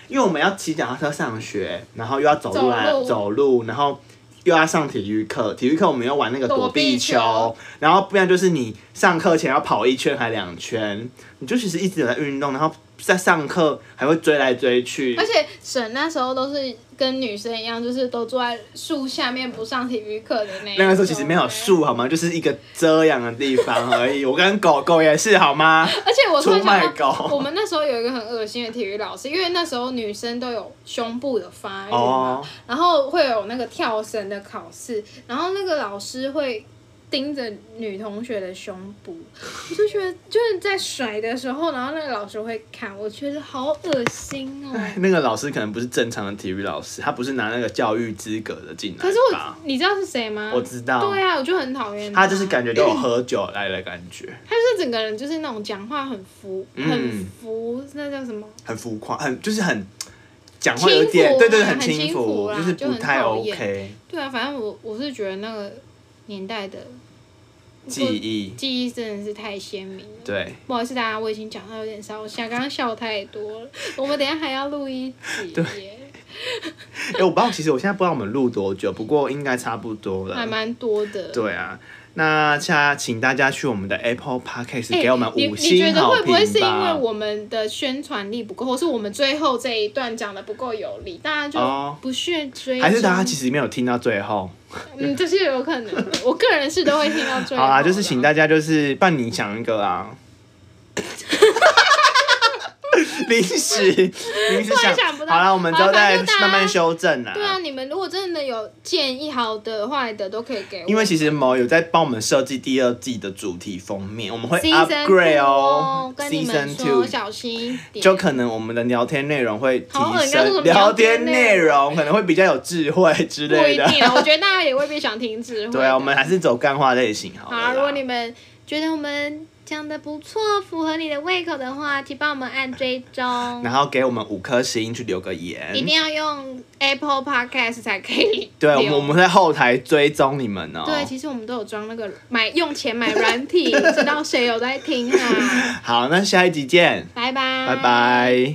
[SPEAKER 1] 因为我们要骑脚踏车上学，然后又要走路来
[SPEAKER 2] 走
[SPEAKER 1] 走
[SPEAKER 2] 路
[SPEAKER 1] 路然后又要上体育课，体育课我们要玩那个
[SPEAKER 2] 躲
[SPEAKER 1] 躲
[SPEAKER 2] 避
[SPEAKER 1] 避球，
[SPEAKER 2] 球
[SPEAKER 1] 然后不然就是你上课前要跑一圈还两圈，你就其实一直有在运动，然后在上课还会追来追去
[SPEAKER 2] 而。且沈那时候都是跟女生一样，就是都坐在树下面不上体育课的那一种
[SPEAKER 1] 那个时候其实没有，树好吗？就是一个遮阳的地方而已。我跟狗狗也是好 吗？
[SPEAKER 2] 而且我突
[SPEAKER 1] 出
[SPEAKER 2] 然
[SPEAKER 1] 卖
[SPEAKER 2] 想到，我
[SPEAKER 1] 狗。
[SPEAKER 2] 们那时候有一个很恶心的体育老师，因为那时候女生都有胸部的发育嘛，
[SPEAKER 1] 哦，
[SPEAKER 2] 然后会有那个跳绳的考试，然后那个老师会盯着女同学的胸部，我就觉得就是在甩的时候，然后那个老师会看，我觉得好恶心哦。
[SPEAKER 1] 哎那个老师可能不是正常的体育老师，他不是拿那个教育资格的进来吧。
[SPEAKER 2] 可是我，你知道是谁吗？
[SPEAKER 1] 我知道，
[SPEAKER 2] 对啊，我就很讨厌
[SPEAKER 1] 他就是感觉都有喝酒来的感觉，
[SPEAKER 2] 他就是整个人就是那种讲话很浮，
[SPEAKER 1] 嗯
[SPEAKER 2] 很浮，那叫什么？
[SPEAKER 1] 很浮夸，很就是很讲话有点
[SPEAKER 2] 轻浮啊
[SPEAKER 1] 对对对，
[SPEAKER 2] 很
[SPEAKER 1] 轻
[SPEAKER 2] 轻浮啦
[SPEAKER 1] 就是
[SPEAKER 2] 就
[SPEAKER 1] 不
[SPEAKER 2] 很
[SPEAKER 1] 太
[SPEAKER 2] 讨厌
[SPEAKER 1] OK
[SPEAKER 2] 对啊，反正我我是觉得那个年代的
[SPEAKER 1] 记忆。
[SPEAKER 2] 记忆真的是太鲜明了。
[SPEAKER 1] 对
[SPEAKER 2] 不好意思，大家我已经讲到有点烧，我想刚刚笑太 多了。我们等一下还要录一集耶，
[SPEAKER 1] 哎、我不知道，其实我现在不知道我们录多久，不过应该差不多了。
[SPEAKER 2] 还蛮多的。
[SPEAKER 1] 对啊，那下请大家去我们的 Apple Podcast
[SPEAKER 2] 哎，
[SPEAKER 1] 给我们
[SPEAKER 2] 你
[SPEAKER 1] 五
[SPEAKER 2] 你觉
[SPEAKER 1] 星
[SPEAKER 2] 得
[SPEAKER 1] 好
[SPEAKER 2] 会
[SPEAKER 1] 评吧。
[SPEAKER 2] 不会是因为我们的宣传力不够，或是我们最后这一段讲的不够有力，大家就
[SPEAKER 1] 哦
[SPEAKER 2] 不屑追踪？
[SPEAKER 1] 还是大家其实没有听到最后？
[SPEAKER 2] 嗯，这是有可能的。我个人是都会听到最后
[SPEAKER 1] 好
[SPEAKER 2] 的。
[SPEAKER 1] 啦，就是请大家就是帮你想一个啊， 临时临时
[SPEAKER 2] 突然
[SPEAKER 1] 想
[SPEAKER 2] 想不到
[SPEAKER 1] 好啦，我们之
[SPEAKER 2] 好
[SPEAKER 1] 后
[SPEAKER 2] 反
[SPEAKER 1] 再
[SPEAKER 2] 正就大家
[SPEAKER 1] 慢慢修正啦。
[SPEAKER 2] 对啊，你们如果真的有建议，好的、坏的都可以给我。
[SPEAKER 1] 因为其实某有在帮我们设计第二季的主题封面，我们会
[SPEAKER 2] Season
[SPEAKER 1] upgrade
[SPEAKER 2] two
[SPEAKER 1] 哦
[SPEAKER 2] 跟你们
[SPEAKER 1] Season
[SPEAKER 2] 说
[SPEAKER 1] Two
[SPEAKER 2] 小心一点。
[SPEAKER 1] 就可能我们的聊天内容会提
[SPEAKER 2] 好恶心
[SPEAKER 1] 升，
[SPEAKER 2] 聊
[SPEAKER 1] 聊天
[SPEAKER 2] 天内
[SPEAKER 1] 内
[SPEAKER 2] 容
[SPEAKER 1] 容可能会比较有智慧之
[SPEAKER 2] 不一
[SPEAKER 1] 类的。
[SPEAKER 2] 定啊，我觉得大家也未必想听智慧的。
[SPEAKER 1] 对啊，我们还是走干话类型好
[SPEAKER 2] 好
[SPEAKER 1] 了
[SPEAKER 2] 啊。
[SPEAKER 1] 啦。
[SPEAKER 2] 如果你们觉得我们讲的不错，符合你的胃口的话，请帮我们按追踪
[SPEAKER 1] 然，后给我们五颗星去留个言，
[SPEAKER 2] 一定要用 Apple Podcast 才可以留。
[SPEAKER 1] 对，我们我们在后台追踪你们哦。
[SPEAKER 2] 对，其实我们都有装那个买用钱买软 体，知道谁有在听啊？
[SPEAKER 1] 好，那下一集见，
[SPEAKER 2] 拜拜，
[SPEAKER 1] 拜。拜。